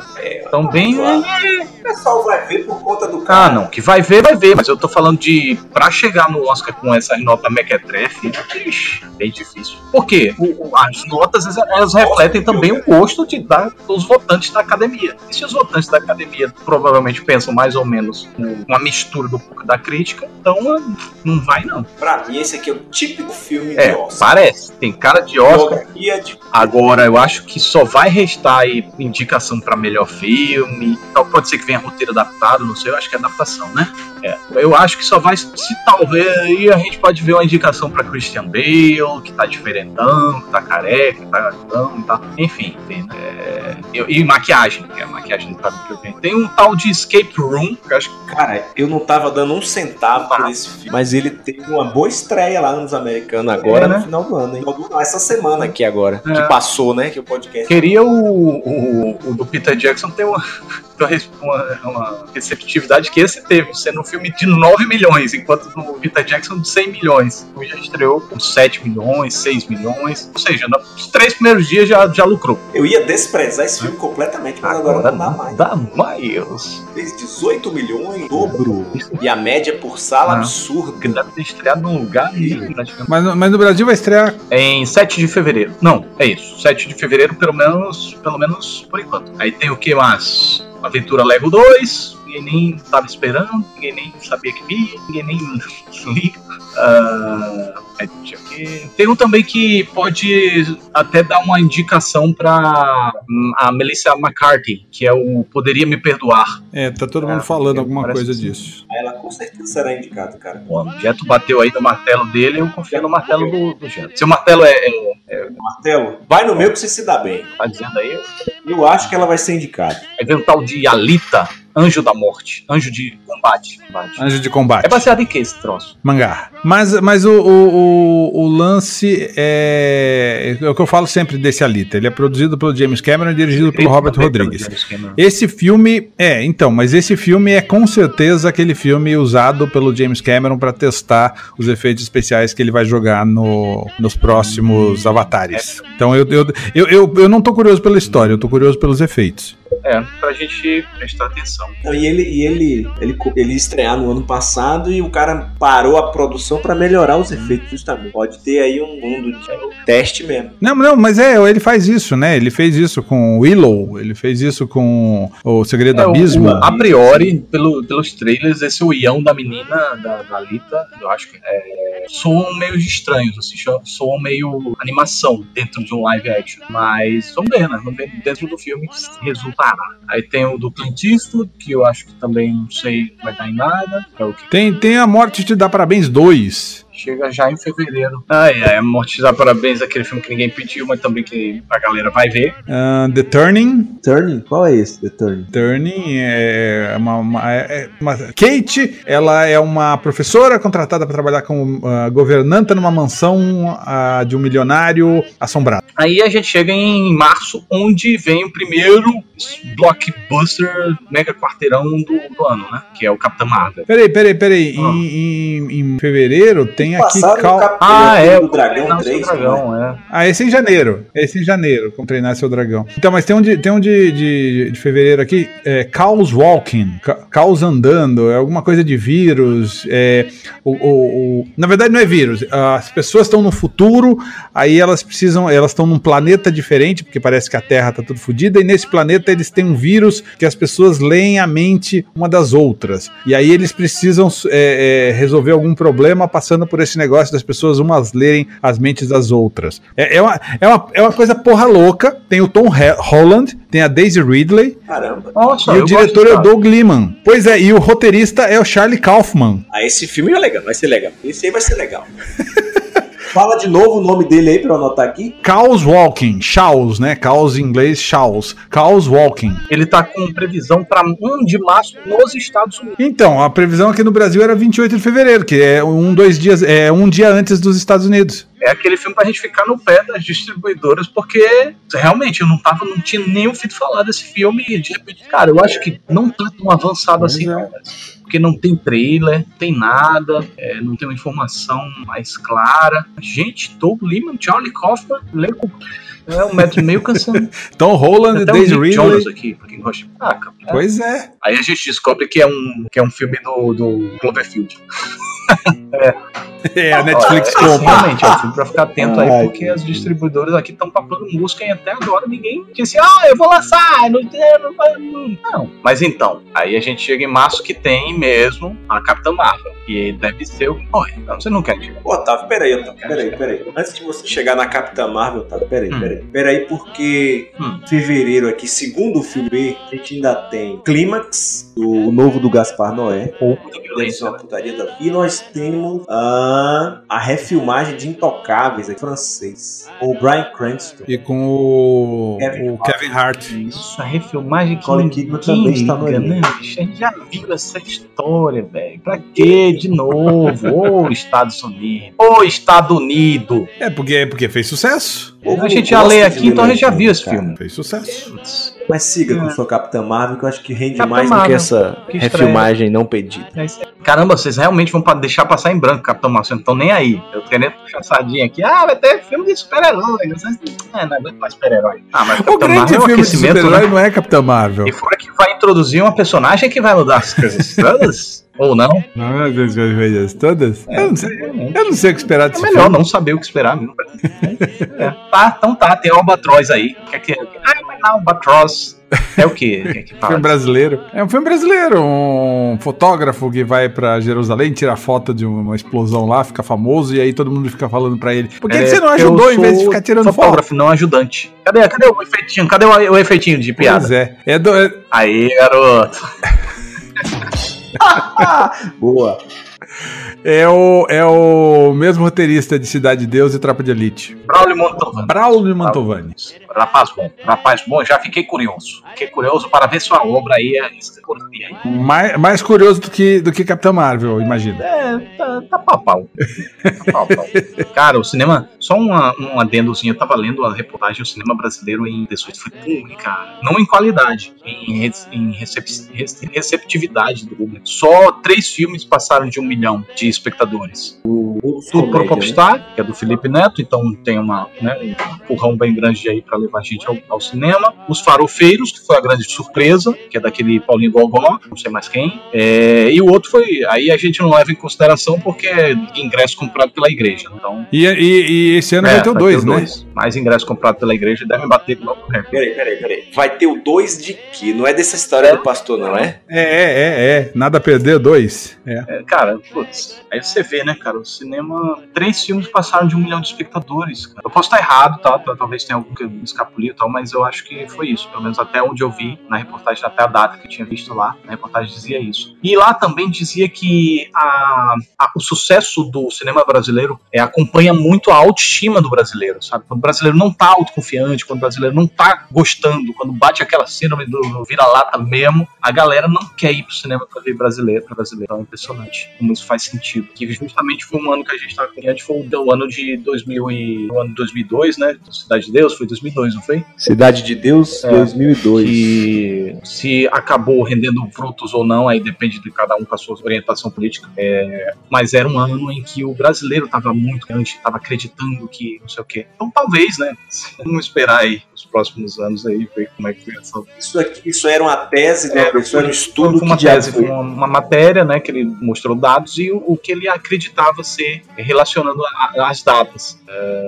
[SPEAKER 2] Também.
[SPEAKER 4] é, O pessoal vai ver por conta do
[SPEAKER 2] Ah, não. Que vai ver, vai ver. Mas eu tô falando de. Pra chegar no Oscar com essas notas mequetrefe, ixi, bem difícil. Por quê? O- o- as notas elas- elas refletem também o gosto de, da, dos votantes da academia. E se os votantes da academia provavelmente pensam mais ou menos no- uma mistura do, da crítica, então ah, não vai, não.
[SPEAKER 4] Pra mim, esse aqui é o típico filme
[SPEAKER 2] É,
[SPEAKER 4] de Oscar.
[SPEAKER 2] parece. Tem cara de Oscar.
[SPEAKER 4] Biografia é de
[SPEAKER 2] Agora, eu acho que só vai restar aí indicação pra melhor filme. Então, pode ser que venha roteiro adaptado, não sei. Eu acho que de adaptação, né? É. Eu acho que só vai. Se talvez aí a gente pode ver uma indicação pra Christian Bale, que tá diferentão, que tá careca, que tá gatão e tal. Enfim, tem, né? É, E, e maquiagem, que é a maquiagem do cara que eu tenho. Tem um tal de Escape Room, que eu acho que
[SPEAKER 4] Cara, eu não tava dando um centavo por esse filme, mas ele teve uma boa estreia lá nos americanos agora,
[SPEAKER 2] É, né?
[SPEAKER 4] no final do ano, hein? Não, Essa semana aqui agora,
[SPEAKER 2] É.
[SPEAKER 4] que passou, né? Que o podcast.
[SPEAKER 2] queria o, o, o do Peter Jackson ter uma, ter uma res- uma- uma receptividade que esse teve, sendo um filme de 9 milhões, enquanto do Peter Jackson de 100 milhões. O já estreou com 7 milhões, 6 milhões, ou seja, nos três primeiros dias já, já lucrou.
[SPEAKER 4] Eu ia desprezar esse filme completamente, mas agora, não dá mais.
[SPEAKER 2] Dá mais.
[SPEAKER 4] Fez 18 milhões, dobro. E a média é por
[SPEAKER 2] Ah.
[SPEAKER 4] sala
[SPEAKER 2] Porque
[SPEAKER 4] absurda.
[SPEAKER 2] deve ter estreado num lugar aí, praticamente.
[SPEAKER 3] Mas, mas no Brasil vai estrear.
[SPEAKER 2] em 7 de fevereiro. Não, é isso. 7 de fevereiro, pelo menos, pelo menos por enquanto. Aí tem o que mais? Aventura Lego 2, ninguém nem tava esperando, ninguém nem sabia que vinha, ninguém nem liga. Ah, aí tinha o quê? Tem um também que pode até dar uma indicação pra hum, a Melissa McCarthy, que é o Poderia Me Perdoar.
[SPEAKER 3] É, tá todo mundo
[SPEAKER 2] Ah,
[SPEAKER 3] falando
[SPEAKER 2] eu-
[SPEAKER 3] alguma
[SPEAKER 2] parece
[SPEAKER 3] coisa
[SPEAKER 2] que sim.
[SPEAKER 3] disso.
[SPEAKER 4] Aí Ela com certeza será indicada, cara.
[SPEAKER 2] O objeto bateu aí no martelo dele, eu confio no martelo do, do Jeto. Se o martelo é, é,
[SPEAKER 4] Martelo, vai no meu que você se dá bem.
[SPEAKER 2] tá dizendo aí, eu
[SPEAKER 4] Eu acho que ela vai ser indicada.
[SPEAKER 2] É vem um tal de Alita, anjo da morte, anjo de combate. combate.
[SPEAKER 3] Anjo de combate.
[SPEAKER 2] É baseado em que esse troço?
[SPEAKER 3] Mangá. Mas, mas o, o, o- o lance é, é o que eu falo sempre desse Alita. Ele é produzido pelo James Cameron e dirigido pelo Robert
[SPEAKER 2] Também é pelo
[SPEAKER 3] Rodrigues.
[SPEAKER 2] James Cameron.
[SPEAKER 3] Esse filme, é, então, mas esse filme é com certeza aquele filme usado pelo James Cameron para testar os efeitos especiais que ele vai jogar no, nos próximos avatares. Então eu, eu, eu, eu, eu não tô curioso pela história, eu tô curioso pelos efeitos.
[SPEAKER 2] É, pra gente prestar atenção.
[SPEAKER 4] Não, Então, E ele, e ele, ele, co- ele ia estrear no ano passado e o cara parou a produção pra melhorar os efeitos, justamente. Pode ter aí um mundo de teste mesmo.
[SPEAKER 3] Não, não, mas é, ele faz isso, né? Ele fez isso com Willow, ele fez isso com O Segredo
[SPEAKER 2] É,
[SPEAKER 3] do
[SPEAKER 2] o-
[SPEAKER 3] Abismo.
[SPEAKER 2] o- a priori, pelo- pelos trailers, esse o Ião da menina, da, da Alita, eu acho que é, soam meio estranhos, assim, cho- soam meio animação dentro de um live action. Mas vamos ver, né? Vamos ver dentro do filme que se resultará. Aí tem o do Clint Eastwood, que eu acho que também não sei vai dar em nada, que é o que
[SPEAKER 3] Tem, tem A Morte Te Dá Parabéns 2.
[SPEAKER 2] Chega já em fevereiro. Ai, ai, amortizar parabéns aquele filme que ninguém pediu, mas também que a galera vai ver.
[SPEAKER 3] Ah, The Turning.
[SPEAKER 4] Turning? Qual é esse, The Turning?
[SPEAKER 3] Turning é uma, uma- é uma- Kate, ela é uma professora contratada para trabalhar como ah, governanta numa mansão ah, de um milionário assombrado.
[SPEAKER 2] Aí a gente chega em março, onde vem o primeiro blockbuster mega quarteirão do, do ano, né? Que é o Capitão Marvel.
[SPEAKER 3] Peraí, peraí, peraí.
[SPEAKER 2] Ah.
[SPEAKER 3] Em, em- em fevereiro tem aqui.
[SPEAKER 4] Passaram
[SPEAKER 3] Cal...
[SPEAKER 4] o É capítulo
[SPEAKER 3] é,
[SPEAKER 4] do
[SPEAKER 2] Treinar Ah,
[SPEAKER 4] Dragão
[SPEAKER 2] É, o seu
[SPEAKER 4] 3. né?
[SPEAKER 2] dragão, é.
[SPEAKER 3] Ah, esse em janeiro. Esse é em janeiro, como treinar seu dragão. Então, mas tem um de, tem um de, de, de fevereiro aqui, é Caos Walking, ca- Caos Andando, é alguma coisa de vírus. É, o, o- o- na verdade, não é vírus. As pessoas estão no futuro, aí elas precisam, elas estão num planeta diferente, porque parece que a Terra tá tudo fodida, e nesse planeta eles têm um vírus que as pessoas leem a mente uma das outras. E aí eles precisam é, é, resolver algum problema passando por esse negócio das pessoas umas lerem as mentes das outras. É, é uma, é, uma, é uma coisa porra louca. Tem o Tom He- Holland, tem a Daisy Ridley,
[SPEAKER 4] Caramba.
[SPEAKER 2] Nossa,
[SPEAKER 3] e
[SPEAKER 2] eu
[SPEAKER 3] o diretor é
[SPEAKER 2] gosto
[SPEAKER 3] o
[SPEAKER 2] desse
[SPEAKER 3] Doug Liman. Pois é, e o roteirista é o Charlie Kaufman.
[SPEAKER 4] Ah, esse filme é legal, vai ser legal. Esse aí vai ser legal. Fala de novo o nome dele aí pra eu anotar aqui.
[SPEAKER 3] Chaos Walking, Chaos, né? Chaos em inglês, Chaos. Chaos Walking.
[SPEAKER 2] cara. Ele tá com previsão pra 1 de março nos Estados Unidos.
[SPEAKER 3] Então, a previsão aqui no Brasil era 28 de fevereiro, que é um, dois dias, é um dia antes dos Estados Unidos.
[SPEAKER 2] É aquele filme pra gente ficar no pé das distribuidoras, porque realmente eu não tava, não tinha nem ouvido falar desse filme e de repente, cara, eu acho que não tá tão avançado
[SPEAKER 3] Pois
[SPEAKER 2] assim,
[SPEAKER 3] é.
[SPEAKER 2] não, mas- porque não tem trailer, não tem nada, é, não tem uma informação mais clara. Gente, Doug Liman, Charlie Kaufman, Leco. É um metro e meio cansando.
[SPEAKER 3] Tom Holland,
[SPEAKER 2] Até o Nick
[SPEAKER 3] Então, Daisy Ridley.
[SPEAKER 2] Jonas aqui, pra quem gosta. Ah, capitão.
[SPEAKER 3] Pois é.
[SPEAKER 2] Aí a gente descobre que é um, que é um filme do, do Cloverfield.
[SPEAKER 3] É, a Netflix
[SPEAKER 2] Olha, esse
[SPEAKER 3] compra.
[SPEAKER 2] Realmente, é um filme pra ficar atento
[SPEAKER 5] Ai.
[SPEAKER 2] aí, porque as distribuidoras aqui estão papando música e até agora ninguém disse, ah, eu vou lançar, não tem- não vai- não. Não. Mas então, aí a gente chega em março que tem mesmo a Capitã Marvel. E deve ser o que morre. Então você não quer tirar.
[SPEAKER 4] Ô, Otávio, peraí, Otávio, peraí, peraí. Antes de você chegar na Capitã Marvel, Otávio, peraí,
[SPEAKER 2] Hum.
[SPEAKER 4] peraí. Peraí, porque
[SPEAKER 2] Hum.
[SPEAKER 4] em fevereiro aqui, segundo o filme, a gente ainda tem Clímax, do- o novo do Gaspar Noé.
[SPEAKER 2] Pouco
[SPEAKER 4] Deve ser
[SPEAKER 2] né?
[SPEAKER 4] uma putaria da... E nós temos a, a refilmagem de Intocáveis, em francês. O Brian Cranston.
[SPEAKER 3] E com o,
[SPEAKER 4] Kevin
[SPEAKER 3] o Kevin Hart.
[SPEAKER 2] Isso, a refilmagem que
[SPEAKER 4] Colin Kidman também tá está no
[SPEAKER 2] liga, né?
[SPEAKER 4] elenco.
[SPEAKER 2] bicho? A gente já viu essa história, velho. Pra quê de novo? Ô, Estados Unidos. Ô, Estado Unido.
[SPEAKER 3] É, porque, porque fez sucesso.
[SPEAKER 2] A gente já lê aqui, então a gente já viu esse
[SPEAKER 4] Cara,
[SPEAKER 2] filme.
[SPEAKER 3] Fez sucesso.
[SPEAKER 4] Mas siga com
[SPEAKER 2] É.
[SPEAKER 4] sua Capitã Marvel, que eu acho que rende
[SPEAKER 2] Capitã
[SPEAKER 4] mais do que
[SPEAKER 2] Marvel.
[SPEAKER 4] essa
[SPEAKER 2] Que estreia.
[SPEAKER 4] refilmagem não pedida.
[SPEAKER 2] É isso aí. Caramba, vocês realmente vão pa- deixar passar em branco, Capitão Marvel. Vocês não estão nem aí. Eu querendo puxar sardinha aqui. Ah, vai ter filme de super-herói. Vocês- É, não aguento mais super-herói. Ah, mas
[SPEAKER 3] O
[SPEAKER 2] Capitão
[SPEAKER 3] grande
[SPEAKER 2] Marvel é um
[SPEAKER 3] filme de
[SPEAKER 2] aquecimento, né?
[SPEAKER 3] super-herói não é Capitã Marvel.
[SPEAKER 2] E fora que vai introduzir uma personagem que vai mudar as coisas todas. Ou não.
[SPEAKER 3] Não é das coisas todas? Eu, não sei, eu não sei o que esperar
[SPEAKER 2] É
[SPEAKER 3] desse
[SPEAKER 2] melhor
[SPEAKER 3] filme.
[SPEAKER 2] não saber o que esperar mesmo. É. Tá, então tá, tem o Albatroz aí. Quer que... Ah, mas não, Albatroz. É o quê? Quer que
[SPEAKER 3] Filme
[SPEAKER 2] fala?
[SPEAKER 3] brasileiro. É um filme brasileiro. Um fotógrafo que vai pra Jerusalém, tira foto de uma explosão lá, fica famoso, e aí todo mundo fica falando pra ele: Por que,
[SPEAKER 2] É,
[SPEAKER 3] que você não
[SPEAKER 2] eu
[SPEAKER 3] ajudou em
[SPEAKER 2] sou
[SPEAKER 3] vez de ficar tirando foto?
[SPEAKER 2] Fotógrafo não ajudante. Cadê, cadê o efeitinho? Cadê o, o efeitinho de piada?
[SPEAKER 3] Pois é. É do- é-
[SPEAKER 2] Aí, garoto.
[SPEAKER 4] Boa.
[SPEAKER 3] é o, é o mesmo roteirista de Cidade de Deus e Trapa de Elite.
[SPEAKER 2] Braulio Montalvano.
[SPEAKER 3] Braulio Mantovani.
[SPEAKER 2] Rapaz bom, rapaz bom, já fiquei curioso. Fiquei curioso para ver sua obra aí. a escritoria aí.
[SPEAKER 3] Mais, mais curioso do que, do que Capitã Marvel, imagina.
[SPEAKER 2] É, tá, tá pau-pau. Tá pau-pau. Cara, o cinema. Só uma, um adendozinho. Eu tava lendo uma reportagem do cinema brasileiro em 18. Foi público, cara. Não em qualidade, em, re- em recep- rece- receptividade do público. Só três filmes passaram de um milhão de espectadores. Tudo pro Popstar, que é do Felipe Neto, então tem uma, né, um empurrão bem grande aí pra levar a gente ao, ao cinema. Os Farofeiros, que foi a grande surpresa, que é daquele Paulinho Gogó, não sei mais quem. É, e o outro foi. Aí a gente não leva em consideração porque é ingresso comprado pela igreja. Então.
[SPEAKER 3] E, e- e esse ano
[SPEAKER 2] é,
[SPEAKER 3] vai ter o dois, né?
[SPEAKER 2] Mais ingresso comprado pela igreja deve bater logo o recorde.
[SPEAKER 4] Peraí, peraí, peraí. Vai ter o 2 de que? Não é dessa história do pastor, não é?
[SPEAKER 3] É, é, é, é. Nada a perder, dois. É.
[SPEAKER 2] É, cara, putz, aí você vê, né, cara, o cinema. Três filmes passaram de um milhão de espectadores, cara. Eu posso estar errado, tá? Tal- Talvez tenha algum que me escapuliu e tal, mas eu acho que foi isso. Pelo menos até onde eu vi na reportagem, até a data que eu tinha visto lá, na reportagem dizia isso. E lá também dizia que a, a- o sucesso do cinema brasileiro é, acompanha muito a autoestima do brasileiro, sabe? Quando o brasileiro não tá autoconfiante, quando o brasileiro não tá gostando, quando bate aquela síndrome do, do vira-lata mesmo, a galera não quer ir pro cinema pra ver brasileiro, pra brasileiro. Então é impressionante como isso faz sentido. Que justamente foi um ano que a gente tava confiante, foi o, o ano de 2000 e, o ano de 2002, né? Cidade de Deus, foi 2002, não foi?
[SPEAKER 4] Cidade de Deus, 2002.
[SPEAKER 2] É. que se acabou rendendo frutos ou não, aí depende de cada um com a sua orientação política. É, mas era um ano em que o brasileiro estava muito antes, estava acreditando que não sei o quê. Então talvez, né? Vamos esperar aí os próximos anos aí, ver como é que foi essa.
[SPEAKER 4] Isso, aqui, isso era uma tese, né?
[SPEAKER 2] Era,
[SPEAKER 4] isso era um
[SPEAKER 2] Tudo
[SPEAKER 4] estudo
[SPEAKER 2] É, foi uma
[SPEAKER 4] que diabo
[SPEAKER 2] tese, foi
[SPEAKER 4] foi.
[SPEAKER 2] uma, uma matéria, né? Que ele mostrou dados e o, o que ele acreditava ser relacionando a- as datas.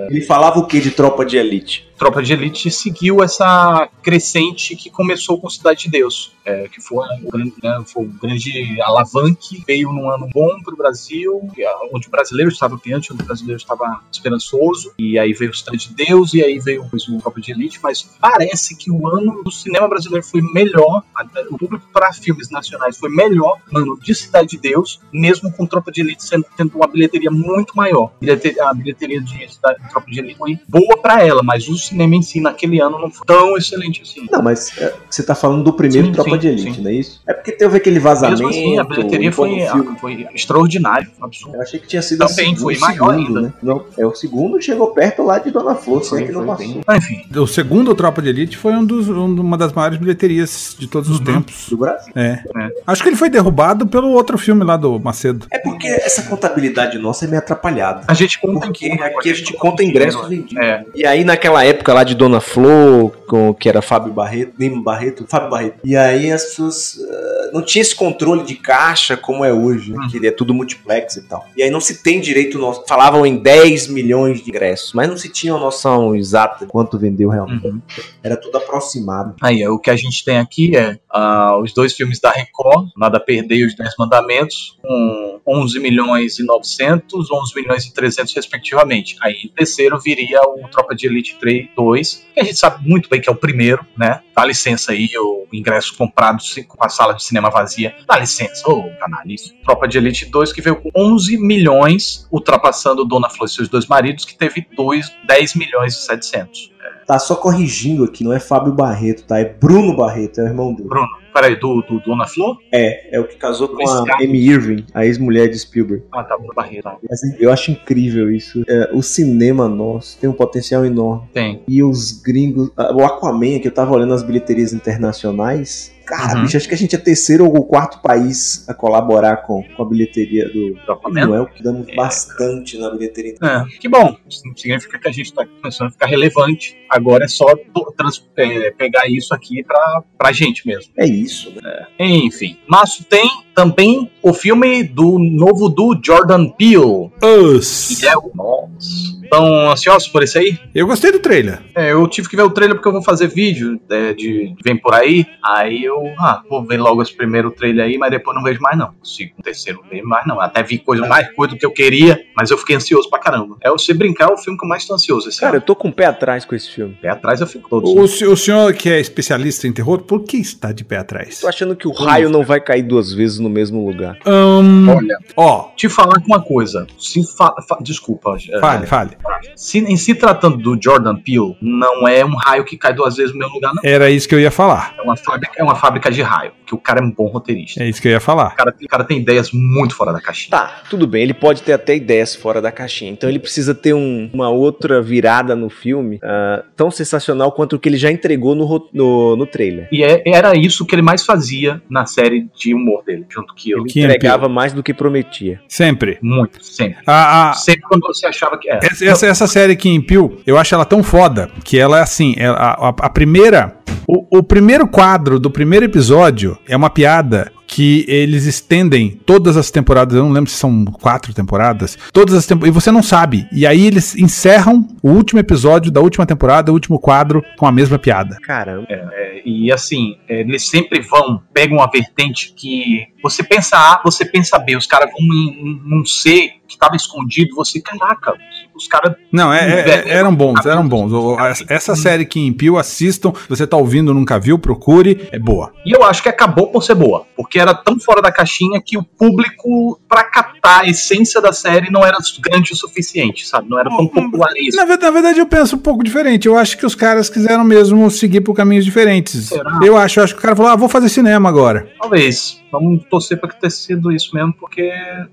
[SPEAKER 4] Ele falava o que de tropa de elite?
[SPEAKER 2] Tropa de Elite seguiu essa crescente que começou com Cidade de Deus, é, que foi o grande, né, foi o grande alavanque, veio num ano bom para o Brasil, que, ah, onde o brasileiro estava piante, onde o brasileiro estava esperançoso, e aí veio Cidade de Deus, e aí veio depois o Tropa de Elite, mas parece que o ano do cinema brasileiro foi melhor, até o público para filmes nacionais foi melhor no ano de Cidade de Deus, mesmo com Tropa de Elite sendo, tendo uma bilheteria muito maior. Bilhete- A bilheteria de Cidade de Tropa de Elite foi boa para ela, mas o cinema em si naquele ano não foi tão excelente assim.
[SPEAKER 4] Não, mas é, você tá falando do primeiro
[SPEAKER 2] Sim,
[SPEAKER 4] tropa
[SPEAKER 2] sim,
[SPEAKER 4] de elite,
[SPEAKER 2] sim.
[SPEAKER 4] não é isso? É porque teve aquele vazamento.
[SPEAKER 2] Mesmo assim, a bilheteria
[SPEAKER 4] em todo
[SPEAKER 2] foi,
[SPEAKER 4] o um filme.
[SPEAKER 2] foi extraordinária, foi um absurdo.
[SPEAKER 4] Eu achei que tinha sido
[SPEAKER 2] Também
[SPEAKER 4] a segunda,
[SPEAKER 2] foi maior
[SPEAKER 4] segundo,
[SPEAKER 2] ainda.
[SPEAKER 4] Né? Não, é o segundo chegou perto lá de Dona Flor, só
[SPEAKER 2] Foi-
[SPEAKER 4] que não
[SPEAKER 2] foi
[SPEAKER 4] passou.
[SPEAKER 2] Ah, Enfim,
[SPEAKER 3] O segundo Tropa de Elite foi um dos- um- uma das maiores bilheterias de todos os
[SPEAKER 2] Uhum.
[SPEAKER 3] tempos.
[SPEAKER 4] Do Brasil.
[SPEAKER 3] É.
[SPEAKER 2] É.
[SPEAKER 3] Acho que ele foi derrubado pelo outro filme lá do Macedo.
[SPEAKER 4] É porque essa contabilidade nossa é meio atrapalhada.
[SPEAKER 2] a gente conta um
[SPEAKER 4] Porque
[SPEAKER 2] em público,
[SPEAKER 4] aqui a gente conta ingressos
[SPEAKER 2] dinheiro,
[SPEAKER 4] vendidos.
[SPEAKER 2] É,
[SPEAKER 4] E aí naquela época lá de Dona Flor, com, que era Fábio Barreto, Nemo Barreto, Fábio Barreto. E aí as pessoas eh, não tinha esse controle de caixa como é hoje, né? que é tudo multiplex e tal. E aí não se tem direito nosso. Falavam em 10 milhões de ingressos, mas não se tinha uma noção exata de quanto vendeu realmente.
[SPEAKER 2] uhum.
[SPEAKER 4] Era tudo aproximado.
[SPEAKER 2] Aí, é, o que a gente tem aqui é ah, os dois filmes da Record, Nada a Perder e Os Dez Mandamentos, com 11 milhões e 900, 11 milhões e 300, respectivamente. Aí, em terceiro, viria o Tropa de Elite 3 2, que a gente sabe muito bem que é o primeiro, né? Dá licença aí, o ingresso comprado se- com a sala de cinema vazia. Dá licença, ô, canalista. Tropa de Elite 2, que veio com 11 milhões, ultrapassando Dona Flor e seus dois maridos, que teve dois, 10 milhões e 700.
[SPEAKER 4] Tá só corrigindo aqui, não é Fábio Barreto, tá? É Bruno Barreto, é o irmão dele.
[SPEAKER 2] Peraí, do, do Dona Flor?
[SPEAKER 4] É, é o que casou com a
[SPEAKER 2] Scar.
[SPEAKER 4] Amy Irving, a ex-mulher de Spielberg.
[SPEAKER 2] Ah, tá, Bruno Barreira.
[SPEAKER 4] Mas assim, eu acho incrível isso. É, o cinema nosso tem um potencial enorme.
[SPEAKER 2] Tem.
[SPEAKER 4] E os gringos. ah, O Aquaman, que eu tava olhando as bilheterias internacionais. Cara,
[SPEAKER 2] Uhum.
[SPEAKER 4] bicho, acho que a gente é terceiro ou quarto país a colaborar com, com a bilheteria do.
[SPEAKER 2] Tropa
[SPEAKER 4] Não é o que damos bastante na bilheteria internacional.
[SPEAKER 2] É, que bom. Isso não significa que a gente está começando a ficar relevante. Agora é só to- trans- é, pegar isso aqui pra, pra gente mesmo.
[SPEAKER 4] É isso, né?
[SPEAKER 2] Enfim, março tem também o filme do novo do Jordan Peele.
[SPEAKER 3] Us.
[SPEAKER 2] Que é o. Nossa. Estão ansiosos por isso aí?
[SPEAKER 3] Eu gostei do trailer.
[SPEAKER 2] É, eu tive que ver o trailer porque eu vou fazer vídeo é, de Vem Por Aí. Aí eu, ah, vou ver logo esse primeiro trailer aí, mas depois não vejo mais não. Segundo, terceiro, não vejo mais não. Até vi coisa mais coisa do que eu queria, mas eu fiquei ansioso pra caramba. É, se brincar, é o filme que eu mais tô ansioso esse ano.
[SPEAKER 4] Cara, eu tô com o pé atrás com esse filme.
[SPEAKER 2] Pé atrás eu fico todos.
[SPEAKER 3] O, se- o senhor que é especialista em terror, por que está de pé atrás?
[SPEAKER 4] Tô achando que o raio não vai cair duas vezes no mesmo lugar.
[SPEAKER 3] Ahn,
[SPEAKER 2] Olha,
[SPEAKER 3] ó,
[SPEAKER 2] te falar uma coisa. Se fa- fa- Desculpa. é,
[SPEAKER 3] fale, fale.
[SPEAKER 2] se- em se tratando do Jordan Peele, não é um raio que cai duas vezes no meu lugar, não.
[SPEAKER 3] Era isso que eu ia falar.
[SPEAKER 2] É uma fábrica, é uma fábrica de raio, que o cara é um bom roteirista.
[SPEAKER 3] É isso que eu ia
[SPEAKER 2] O,
[SPEAKER 3] falar.
[SPEAKER 2] cara, o cara tem ideias muito fora da caixinha.
[SPEAKER 4] Tá, tudo bem, ele pode ter até ideias fora da caixinha. Então ele precisa ter um- uma outra virada no filme ah, tão sensacional quanto o que ele já entregou no, ro- no, no trailer.
[SPEAKER 2] E é- era isso que ele mais fazia na série de humor dele, junto que eu.
[SPEAKER 4] Ele
[SPEAKER 3] Que
[SPEAKER 4] entregava mais do que prometia.
[SPEAKER 3] Sempre.
[SPEAKER 2] Muito, sempre.
[SPEAKER 3] A, a-
[SPEAKER 2] Sempre quando você achava que é. era.
[SPEAKER 3] essa, essa, essa série aqui em Pio, eu acho ela tão foda que ela é assim, é a, a- a primeira. O, o primeiro quadro do primeiro episódio é uma piada que eles estendem todas as temporadas, eu não lembro se são quatro temporadas, todas as temporadas, e você não sabe. E aí eles encerram o último episódio da última temporada, o último quadro, com a mesma piada.
[SPEAKER 4] Caramba.
[SPEAKER 2] E assim, é, eles sempre vão, pegam uma vertente que você pensa A, você pensa B, os caras vão em- em- num C que estava escondido, você, caraca, os caras.
[SPEAKER 3] Não, é- é-
[SPEAKER 2] Velho,
[SPEAKER 3] é- eram bons, eram bons. O- o- essa- Essa série que impiu, assistam. Se Você tá ouvindo, nunca viu, procure. É boa.
[SPEAKER 2] E eu acho que acabou por ser boa, porque era tão fora da caixinha que o público, pra captar a essência da série, não era grande o suficiente, sabe? Não era tão popular isso.
[SPEAKER 3] Na, ve- na verdade, eu penso um pouco diferente. Eu acho que os caras quiseram mesmo seguir por caminhos diferentes.
[SPEAKER 2] Será?
[SPEAKER 3] Eu acho, eu acho que o cara falou: ah, vou fazer cinema agora.
[SPEAKER 2] Talvez. Vamos torcer pra que tenha sido isso mesmo, porque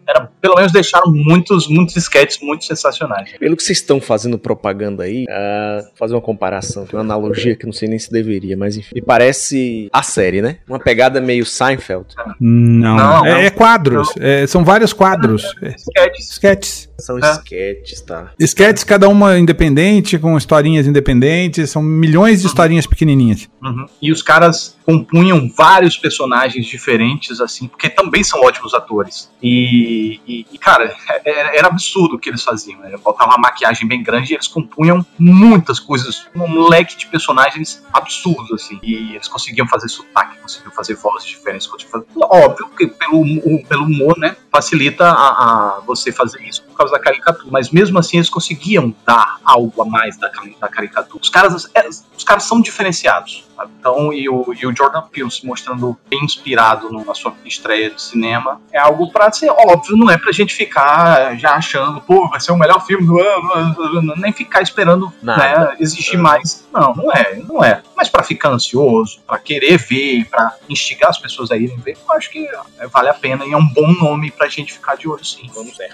[SPEAKER 2] era, pelo menos deixaram muitos, muitos sketches muito sensacionais.
[SPEAKER 4] Pelo que vocês estão fazendo propaganda aí, ah, vou fazer uma comparação, tem uma analogia que eu não sei nem se deveria, mas enfim. Me parece a série, né? Uma pegada meio Seinfeld.
[SPEAKER 3] Não.
[SPEAKER 2] Não,
[SPEAKER 3] é,
[SPEAKER 2] não.
[SPEAKER 3] é quadros. É, são vários quadros. É,
[SPEAKER 2] Sketches.
[SPEAKER 3] sketches.
[SPEAKER 4] São
[SPEAKER 2] Ah.
[SPEAKER 4] esquetes, tá?
[SPEAKER 3] Sketches, cada uma independente, com historinhas independentes. São milhões de historinhas pequenininhas.
[SPEAKER 2] Uhum. E os caras compunham vários personagens diferentes, assim, porque também são ótimos atores. E, e- e, cara, é, era, era absurdo o que eles faziam. Né? Botavam uma maquiagem bem grande e eles compunham muitas coisas, um leque de personagens absurdo, assim. E eles conseguiam fazer sotaque, conseguiam fazer vozes diferentes. Conseguiam fazer... Óbvio que pelo, hu- pelo humor, né, facilita a, a você fazer isso por causa da caricatura. Mas mesmo assim, eles conseguiam dar algo a mais da, cari- da caricatura. Os caras, é, os caras são diferenciados. sabe? Então, e o, e o Jordan Peele se mostrando bem inspirado no- na sua estreia de cinema é algo pra ser óbvio, não é pra gente ficar já achando, pô, vai ser o melhor filme do ano, nem ficar esperando
[SPEAKER 4] Nada.
[SPEAKER 2] né, exigir mais. Não, não é, não é. Mas pra ficar ansioso, pra querer ver, pra instigar as pessoas a irem ver, eu acho que é, vale a pena e é um bom nome pra gente ficar de olho, sim. Vamos ver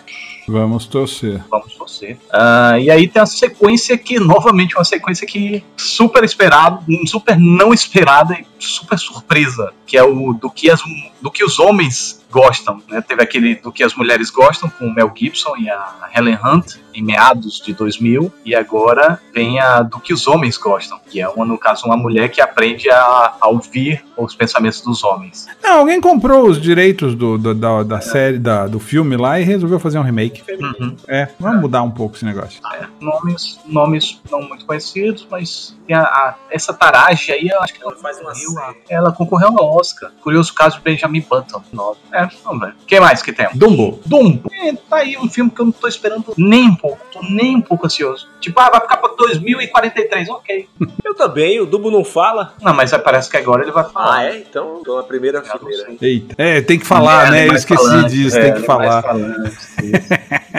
[SPEAKER 3] Vamos torcer.
[SPEAKER 2] vamos você. Ah, e aí tem a sequência que, novamente, uma sequência que super esperada, super não esperada e super surpresa, que é o do que, as, do que os homens gostam, né? Teve aquele do que as mulheres gostam com o Mel Gibson e a Helen Hunt, em meados de 2000, e agora vem a do que os homens gostam, que é, uma, no caso, uma mulher que aprende a, a ouvir os pensamentos dos homens.
[SPEAKER 3] Não, alguém comprou os direitos do, do- da, da série, da- do filme lá e resolveu fazer um remake.
[SPEAKER 2] Uhum.
[SPEAKER 3] É, vamos mudar um pouco esse negócio.
[SPEAKER 2] É, nomes, nomes não muito conhecidos, mas tem a- a- essa taragem aí, eu acho que ela
[SPEAKER 6] Faz uma
[SPEAKER 2] concorreu a- ela concorreu ao Oscar. Curioso caso de Benjamin Button. Nova. É, vamos ver. Quem mais que tem?
[SPEAKER 3] Dumbo.
[SPEAKER 2] Dumbo. É, tá aí um filme que eu não tô esperando nem um pouco. Tô nem um pouco ansioso. Tipo, ah, vai ficar pra 2043. Ok.
[SPEAKER 6] Eu também, o Dumbo não fala.
[SPEAKER 2] Não, mas parece que agora ele vai falar.
[SPEAKER 6] Ah, é? Então, tô na primeira né?
[SPEAKER 2] Eu não
[SPEAKER 6] fileira.
[SPEAKER 2] sei.
[SPEAKER 3] Eita. É, tem que falar,
[SPEAKER 2] É,
[SPEAKER 3] né?
[SPEAKER 2] ele
[SPEAKER 3] Eu
[SPEAKER 2] vai
[SPEAKER 3] esqueci
[SPEAKER 2] falando,
[SPEAKER 3] disso,
[SPEAKER 2] é,
[SPEAKER 3] tem que
[SPEAKER 2] ele vai
[SPEAKER 3] falar.
[SPEAKER 2] falando, isso.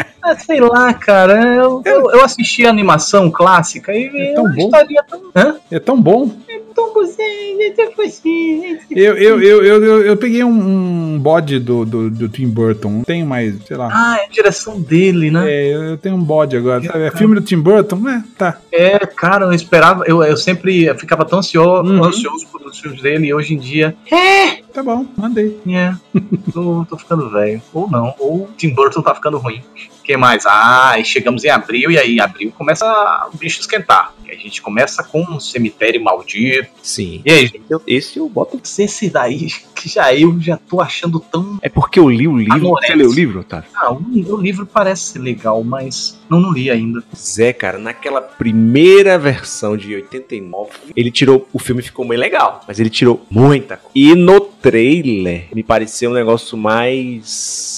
[SPEAKER 2] Ah, sei lá, cara. Eu, eu, eu assisti a animação clássica e
[SPEAKER 3] É
[SPEAKER 2] eu
[SPEAKER 3] tão
[SPEAKER 2] não
[SPEAKER 3] bom.
[SPEAKER 2] estaria tão. Hã?
[SPEAKER 3] É tão bom.
[SPEAKER 2] Tão gostosinho, tão gostosinho.
[SPEAKER 3] Eu, eu, eu, eu, eu, eu peguei um, um bode do, do, do Tim Burton. Não Tenho mais, sei lá.
[SPEAKER 2] Ah, é a direção dele, né? Tá.
[SPEAKER 3] É, eu eu tenho um bode agora. Sabe? É filme do Tim Burton? É, tá.
[SPEAKER 2] É, cara, eu esperava, eu, eu sempre ficava tão ansioso,
[SPEAKER 3] Uhum.
[SPEAKER 2] ansioso por os filmes dele e hoje em dia,
[SPEAKER 3] Tá bom, mandei.
[SPEAKER 2] é, tô, tô ficando velho. Ou não, ou Tim Burton tá ficando ruim. que mais? Ah, e chegamos em abril e aí abril começa o bicho esquentar. E a gente começa com um cemitério maldito.
[SPEAKER 4] Sim.
[SPEAKER 2] E aí, gente,
[SPEAKER 4] Eu- esse eu boto.
[SPEAKER 2] esse daí que já eu já tô achando tão.
[SPEAKER 4] É porque eu li o livro.
[SPEAKER 2] Amores.
[SPEAKER 4] Você leu o livro, tá? Otávio?
[SPEAKER 2] Ah, o, o livro parece ser legal, mas não, não li ainda.
[SPEAKER 4] Zé, é, cara, naquela primeira versão de 89, ele tirou. O filme ficou bem legal, mas ele tirou muita coisa. E no trailer, me pareceu um negócio mais.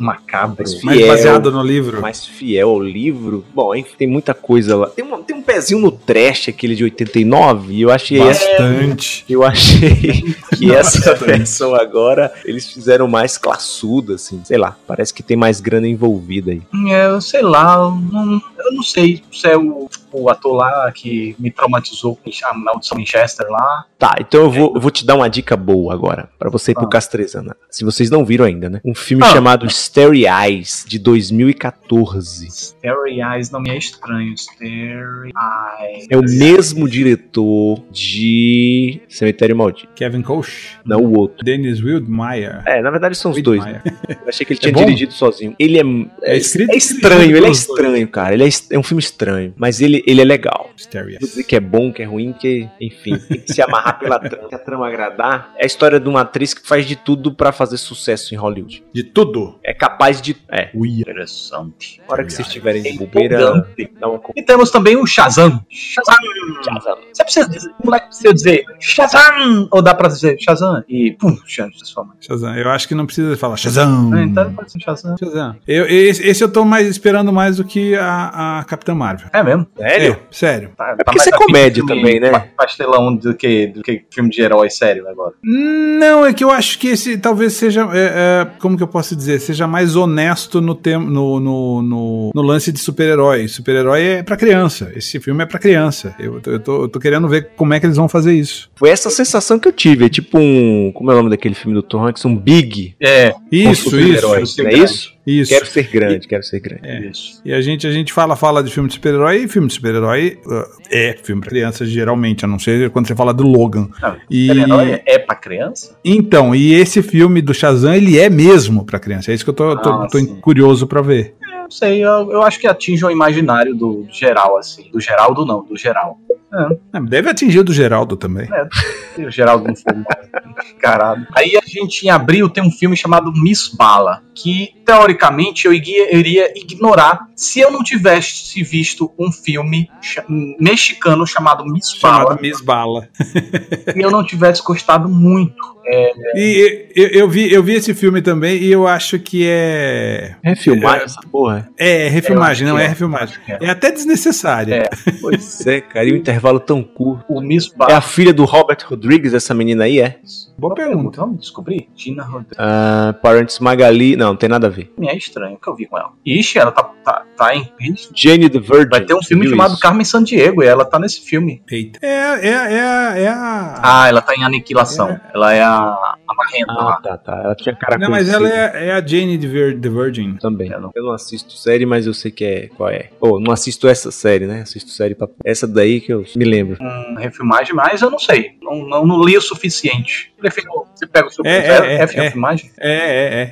[SPEAKER 2] Macabro.
[SPEAKER 4] Mas
[SPEAKER 3] Mas
[SPEAKER 4] Fiel.
[SPEAKER 3] baseado no
[SPEAKER 2] Uhum.
[SPEAKER 3] livro.
[SPEAKER 4] mais fiel ao livro. Bom, enfim, tem muita coisa lá. Tem, uma- tem um pezinho no trash, aquele de 89, e eu
[SPEAKER 3] é
[SPEAKER 4] achei essa.
[SPEAKER 3] Bastante.
[SPEAKER 4] Eu achei que essa
[SPEAKER 2] tá
[SPEAKER 4] versão agora eles fizeram mais classuda, assim. Sei lá, parece que tem mais grana envolvida aí.
[SPEAKER 2] É, eu sei lá, eu não, eu não sei se é o, o ator lá que me traumatizou com a maldição Winchester lá.
[SPEAKER 4] Tá, então eu vou, eu vou te dar uma dica boa agora, pra você e pro
[SPEAKER 2] É. Ah.
[SPEAKER 4] Castrezana. Se vocês não viram ainda, né? Um filme
[SPEAKER 2] Ah.
[SPEAKER 4] chamado Starry Eyes, de 2014.
[SPEAKER 2] Starry Eyes não me é estranho. Starry Eyes.
[SPEAKER 4] É o mesmo diretor de Cemitério Maldito.
[SPEAKER 3] Kevin Koch.
[SPEAKER 4] Não, o outro.
[SPEAKER 3] Dennis Wildmeyer.
[SPEAKER 4] É, na verdade são os dois. né?
[SPEAKER 3] Widmeyer.
[SPEAKER 4] Eu achei que ele
[SPEAKER 3] É
[SPEAKER 4] tinha
[SPEAKER 3] bom?
[SPEAKER 4] dirigido sozinho. Ele é.
[SPEAKER 3] É escrito
[SPEAKER 4] é
[SPEAKER 3] e
[SPEAKER 4] estranho,
[SPEAKER 3] dirigido
[SPEAKER 4] ele é
[SPEAKER 3] pelos dois.
[SPEAKER 4] estranho, cara. Ele é, est- é um filme estranho. Mas ele, ele é legal.
[SPEAKER 3] Stereo.
[SPEAKER 4] Vou dizer que é bom, que é ruim, que, enfim, tem que se amarrar pela trama, se a trama agradar. É a história de uma atriz que faz de tudo pra fazer sucesso em Hollywood.
[SPEAKER 3] De tudo.
[SPEAKER 4] É capaz de. É.
[SPEAKER 3] Uia.
[SPEAKER 2] Interessante.
[SPEAKER 4] Na hora que vocês estiverem de bobeira,
[SPEAKER 2] Empolgante.
[SPEAKER 4] dá uma co-
[SPEAKER 2] E temos também o Shazam. Shazam! Você precisa dizer, moleque, precisa dizer Shazam! Ou dá pra dizer Shazam? E pum, Shazam. transforma.
[SPEAKER 3] Shazam. Eu acho que não precisa falar
[SPEAKER 4] Hum.
[SPEAKER 3] Shazam.
[SPEAKER 2] É, Então pode ser Shazam.
[SPEAKER 3] Shazam. Eu, esse, esse eu tô mais esperando mais do que a, a Capitã Marvel.
[SPEAKER 2] É mesmo.
[SPEAKER 4] Sério?
[SPEAKER 3] É, sério.
[SPEAKER 2] Tá,
[SPEAKER 4] É porque isso é comédia também, né?
[SPEAKER 2] Pastelão do que, do que filme de herói sério agora.
[SPEAKER 3] Não, é que eu acho que esse talvez seja. é, é, como que eu posso dizer? Seja mais honesto no, tem, no, no, no, no lance de super-herói. Super-herói é pra criança. Esse filme é pra criança. Eu, tô- eu, tô, eu tô querendo ver como é que eles vão fazer isso.
[SPEAKER 4] Foi essa sensação que eu tive. É tipo um. Como é o nome daquele filme do Tom Hanks? Um Big.
[SPEAKER 2] É,
[SPEAKER 4] com
[SPEAKER 3] Isso, isso.
[SPEAKER 4] super-heróis,
[SPEAKER 2] isso,
[SPEAKER 4] Não é
[SPEAKER 2] grande.
[SPEAKER 4] isso?
[SPEAKER 3] Isso.
[SPEAKER 4] Quero ser grande, quero ser grande.
[SPEAKER 2] isso.
[SPEAKER 3] E a gente, a gente fala, fala de filme de super-herói, e filme de super-herói uh, é filme pra criança, geralmente, a não ser quando você fala do Logan.
[SPEAKER 2] Não,
[SPEAKER 3] e,
[SPEAKER 2] Super-herói é pra criança?
[SPEAKER 3] então, e esse filme do Shazam, ele é mesmo pra criança. É isso que eu tô, tô-
[SPEAKER 2] Ah,
[SPEAKER 3] tô
[SPEAKER 2] sim.
[SPEAKER 3] curioso pra ver.
[SPEAKER 2] Eu não sei, eu, eu acho que atinge o imaginário do geral, assim. Do Geraldo, não, do geral.
[SPEAKER 3] Ah, Deve atingir o do Geraldo também.
[SPEAKER 2] É, E O Geraldo não foi muito caralho. Aí a gente, em abril, tem um filme chamado Miss Bala, que, teoricamente, eu iria, eu iria ignorar se eu não tivesse visto um filme cha- um mexicano chamado Miss Bala
[SPEAKER 3] Chamado Miss Bala.
[SPEAKER 2] e eu não tivesse gostado muito. É.
[SPEAKER 3] E eu, eu vi, eu vi esse filme também e eu acho que é.
[SPEAKER 4] É filmagem
[SPEAKER 3] É.
[SPEAKER 4] essa porra?
[SPEAKER 3] É refilmagem,
[SPEAKER 2] Eu acho
[SPEAKER 3] não
[SPEAKER 2] que
[SPEAKER 3] é
[SPEAKER 2] é.
[SPEAKER 3] refilmagem. É até desnecessária.
[SPEAKER 4] Pois é, cara. E o intervalo tão curto.
[SPEAKER 2] O Miss
[SPEAKER 4] É
[SPEAKER 2] Bala.
[SPEAKER 4] a filha do Robert Rodrigues, essa menina aí, é?
[SPEAKER 2] Boa
[SPEAKER 3] pergunta.
[SPEAKER 2] Vamos descobrir? Gina Rodrigues.
[SPEAKER 4] Ah, Parents Magali. Não, não tem nada a ver.
[SPEAKER 2] É estranho que eu vi com ela. Ixi, ela tá, tá, tá em
[SPEAKER 4] Jane the Virgin.
[SPEAKER 2] Vai ter um
[SPEAKER 4] você
[SPEAKER 2] filme
[SPEAKER 4] viu
[SPEAKER 2] chamado
[SPEAKER 4] isso?
[SPEAKER 2] Carmen Sandiego e ela tá nesse filme.
[SPEAKER 3] Eita. É, é, é, a- é a.
[SPEAKER 2] Ah, ela tá em Aniquilação. Ela é a, a Marrenta
[SPEAKER 4] Ah,
[SPEAKER 2] lá.
[SPEAKER 4] tá, tá. Ela tinha cara
[SPEAKER 3] não, mas
[SPEAKER 4] conhecida
[SPEAKER 3] ela é, é a Jane de Vir- The Virgin.
[SPEAKER 4] Também.
[SPEAKER 2] É, não.
[SPEAKER 4] Eu não assisto assisto série, mas eu sei que é qual é. Ou não assisto essa série, né? Assisto série pra... Essa daí que eu me lembro.
[SPEAKER 3] Ah.
[SPEAKER 2] Uma refilmagem, mas eu não sei. Não, não, não li o suficiente. Prefiro- Você pega o seu
[SPEAKER 3] É,
[SPEAKER 2] zero,
[SPEAKER 3] é, é,
[SPEAKER 2] F
[SPEAKER 3] é.
[SPEAKER 2] refilmagem,
[SPEAKER 3] É,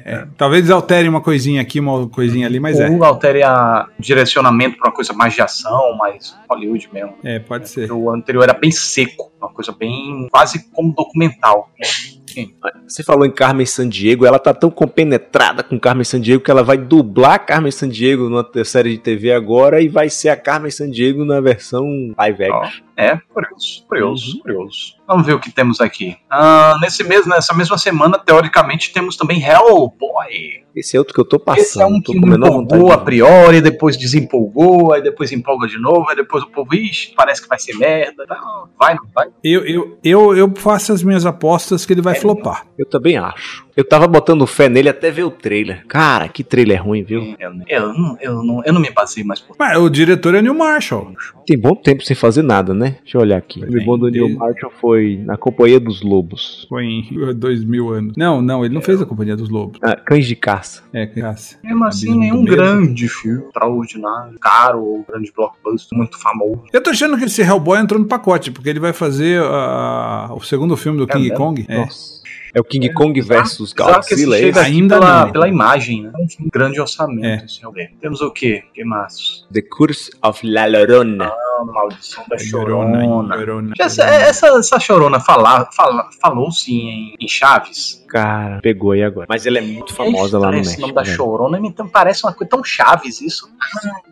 [SPEAKER 3] é, é, é. Talvez altere uma coisinha aqui, uma coisinha ali, mas é.
[SPEAKER 2] ou altere a- o direcionamento pra uma coisa mais de ação, mais Hollywood mesmo.
[SPEAKER 3] É, pode ser.
[SPEAKER 2] O anterior era bem seco, uma coisa bem quase como documental.
[SPEAKER 4] Você falou em Carmen Sandiego, ela tá tão compenetrada com Carmen Sandiego que ela vai dublar Carmen Sandiego numa te- série de TV agora e vai ser a Carmen Sandiego na versão live action.
[SPEAKER 2] É, curioso, curioso,
[SPEAKER 3] Uhum.
[SPEAKER 2] curioso. Vamos ver o que temos aqui. Ah, nesse mesmo, nessa mesma semana, teoricamente, temos também Hellboy.
[SPEAKER 4] Esse é outro que eu tô passando.
[SPEAKER 2] Esse é um
[SPEAKER 4] tô
[SPEAKER 2] que
[SPEAKER 4] com a
[SPEAKER 2] me
[SPEAKER 4] menor vontade
[SPEAKER 2] empolgou
[SPEAKER 4] de-
[SPEAKER 2] a priori, depois desempolgou, aí depois empolga de novo, aí depois o povo, ixi, parece que vai ser merda. tá, Não, vai, não vai.
[SPEAKER 3] Eu, eu, eu, eu faço as minhas apostas que ele vai
[SPEAKER 2] É.
[SPEAKER 3] flopar.
[SPEAKER 4] Eu também acho. Eu tava botando fé nele até ver o trailer. Cara, que trailer ruim, viu?
[SPEAKER 2] Eu, eu não, eu, não, eu não me passei mais por
[SPEAKER 3] Mas o diretor é o Neil Marshall.
[SPEAKER 4] Tem bom tempo sem fazer nada, né? Deixa eu olhar aqui.
[SPEAKER 3] Pois
[SPEAKER 4] O bom
[SPEAKER 3] bem,
[SPEAKER 4] do Neil
[SPEAKER 3] ele-
[SPEAKER 4] Marshall foi na Companhia dos Lobos.
[SPEAKER 3] Foi em dois mil anos. Não, não, ele não fez a Companhia dos Lobos.
[SPEAKER 4] Ah, Cães de Caça.
[SPEAKER 3] É, graça.
[SPEAKER 2] Mesmo assim,
[SPEAKER 3] Abismo do
[SPEAKER 2] nenhum
[SPEAKER 3] Medo.
[SPEAKER 2] grande filme extraordinário, caro ou grande blockbuster, muito famoso.
[SPEAKER 3] Eu tô achando que esse Hellboy entrou no pacote, porque ele vai fazer ah, o segundo filme do King
[SPEAKER 2] mesmo?
[SPEAKER 3] Kong. É.
[SPEAKER 4] Nossa. É o King Kong versus
[SPEAKER 2] Apesar que esse
[SPEAKER 4] Godzilla. é
[SPEAKER 2] chega
[SPEAKER 4] Esse
[SPEAKER 2] aqui
[SPEAKER 3] Ainda
[SPEAKER 2] pela,
[SPEAKER 3] não.
[SPEAKER 2] pela imagem, né? É um filme grande
[SPEAKER 3] É.
[SPEAKER 2] orçamento, esse é o problema. Temos o quê? Que massa.
[SPEAKER 4] The Curse of La Llorona.
[SPEAKER 2] Ah, maldição da
[SPEAKER 3] Chorona,
[SPEAKER 2] chorona.
[SPEAKER 3] Chorona.
[SPEAKER 2] Essa,
[SPEAKER 4] é-
[SPEAKER 2] essa, essa chorona fala, fala- falou sim em, em Chaves.
[SPEAKER 4] Cara, pegou aí agora. Mas ela é muito famosa
[SPEAKER 2] É
[SPEAKER 4] lá
[SPEAKER 2] estranho
[SPEAKER 4] no México.
[SPEAKER 2] Esse nome da
[SPEAKER 4] né?
[SPEAKER 2] chorona me então, parece uma coisa tão Chaves isso.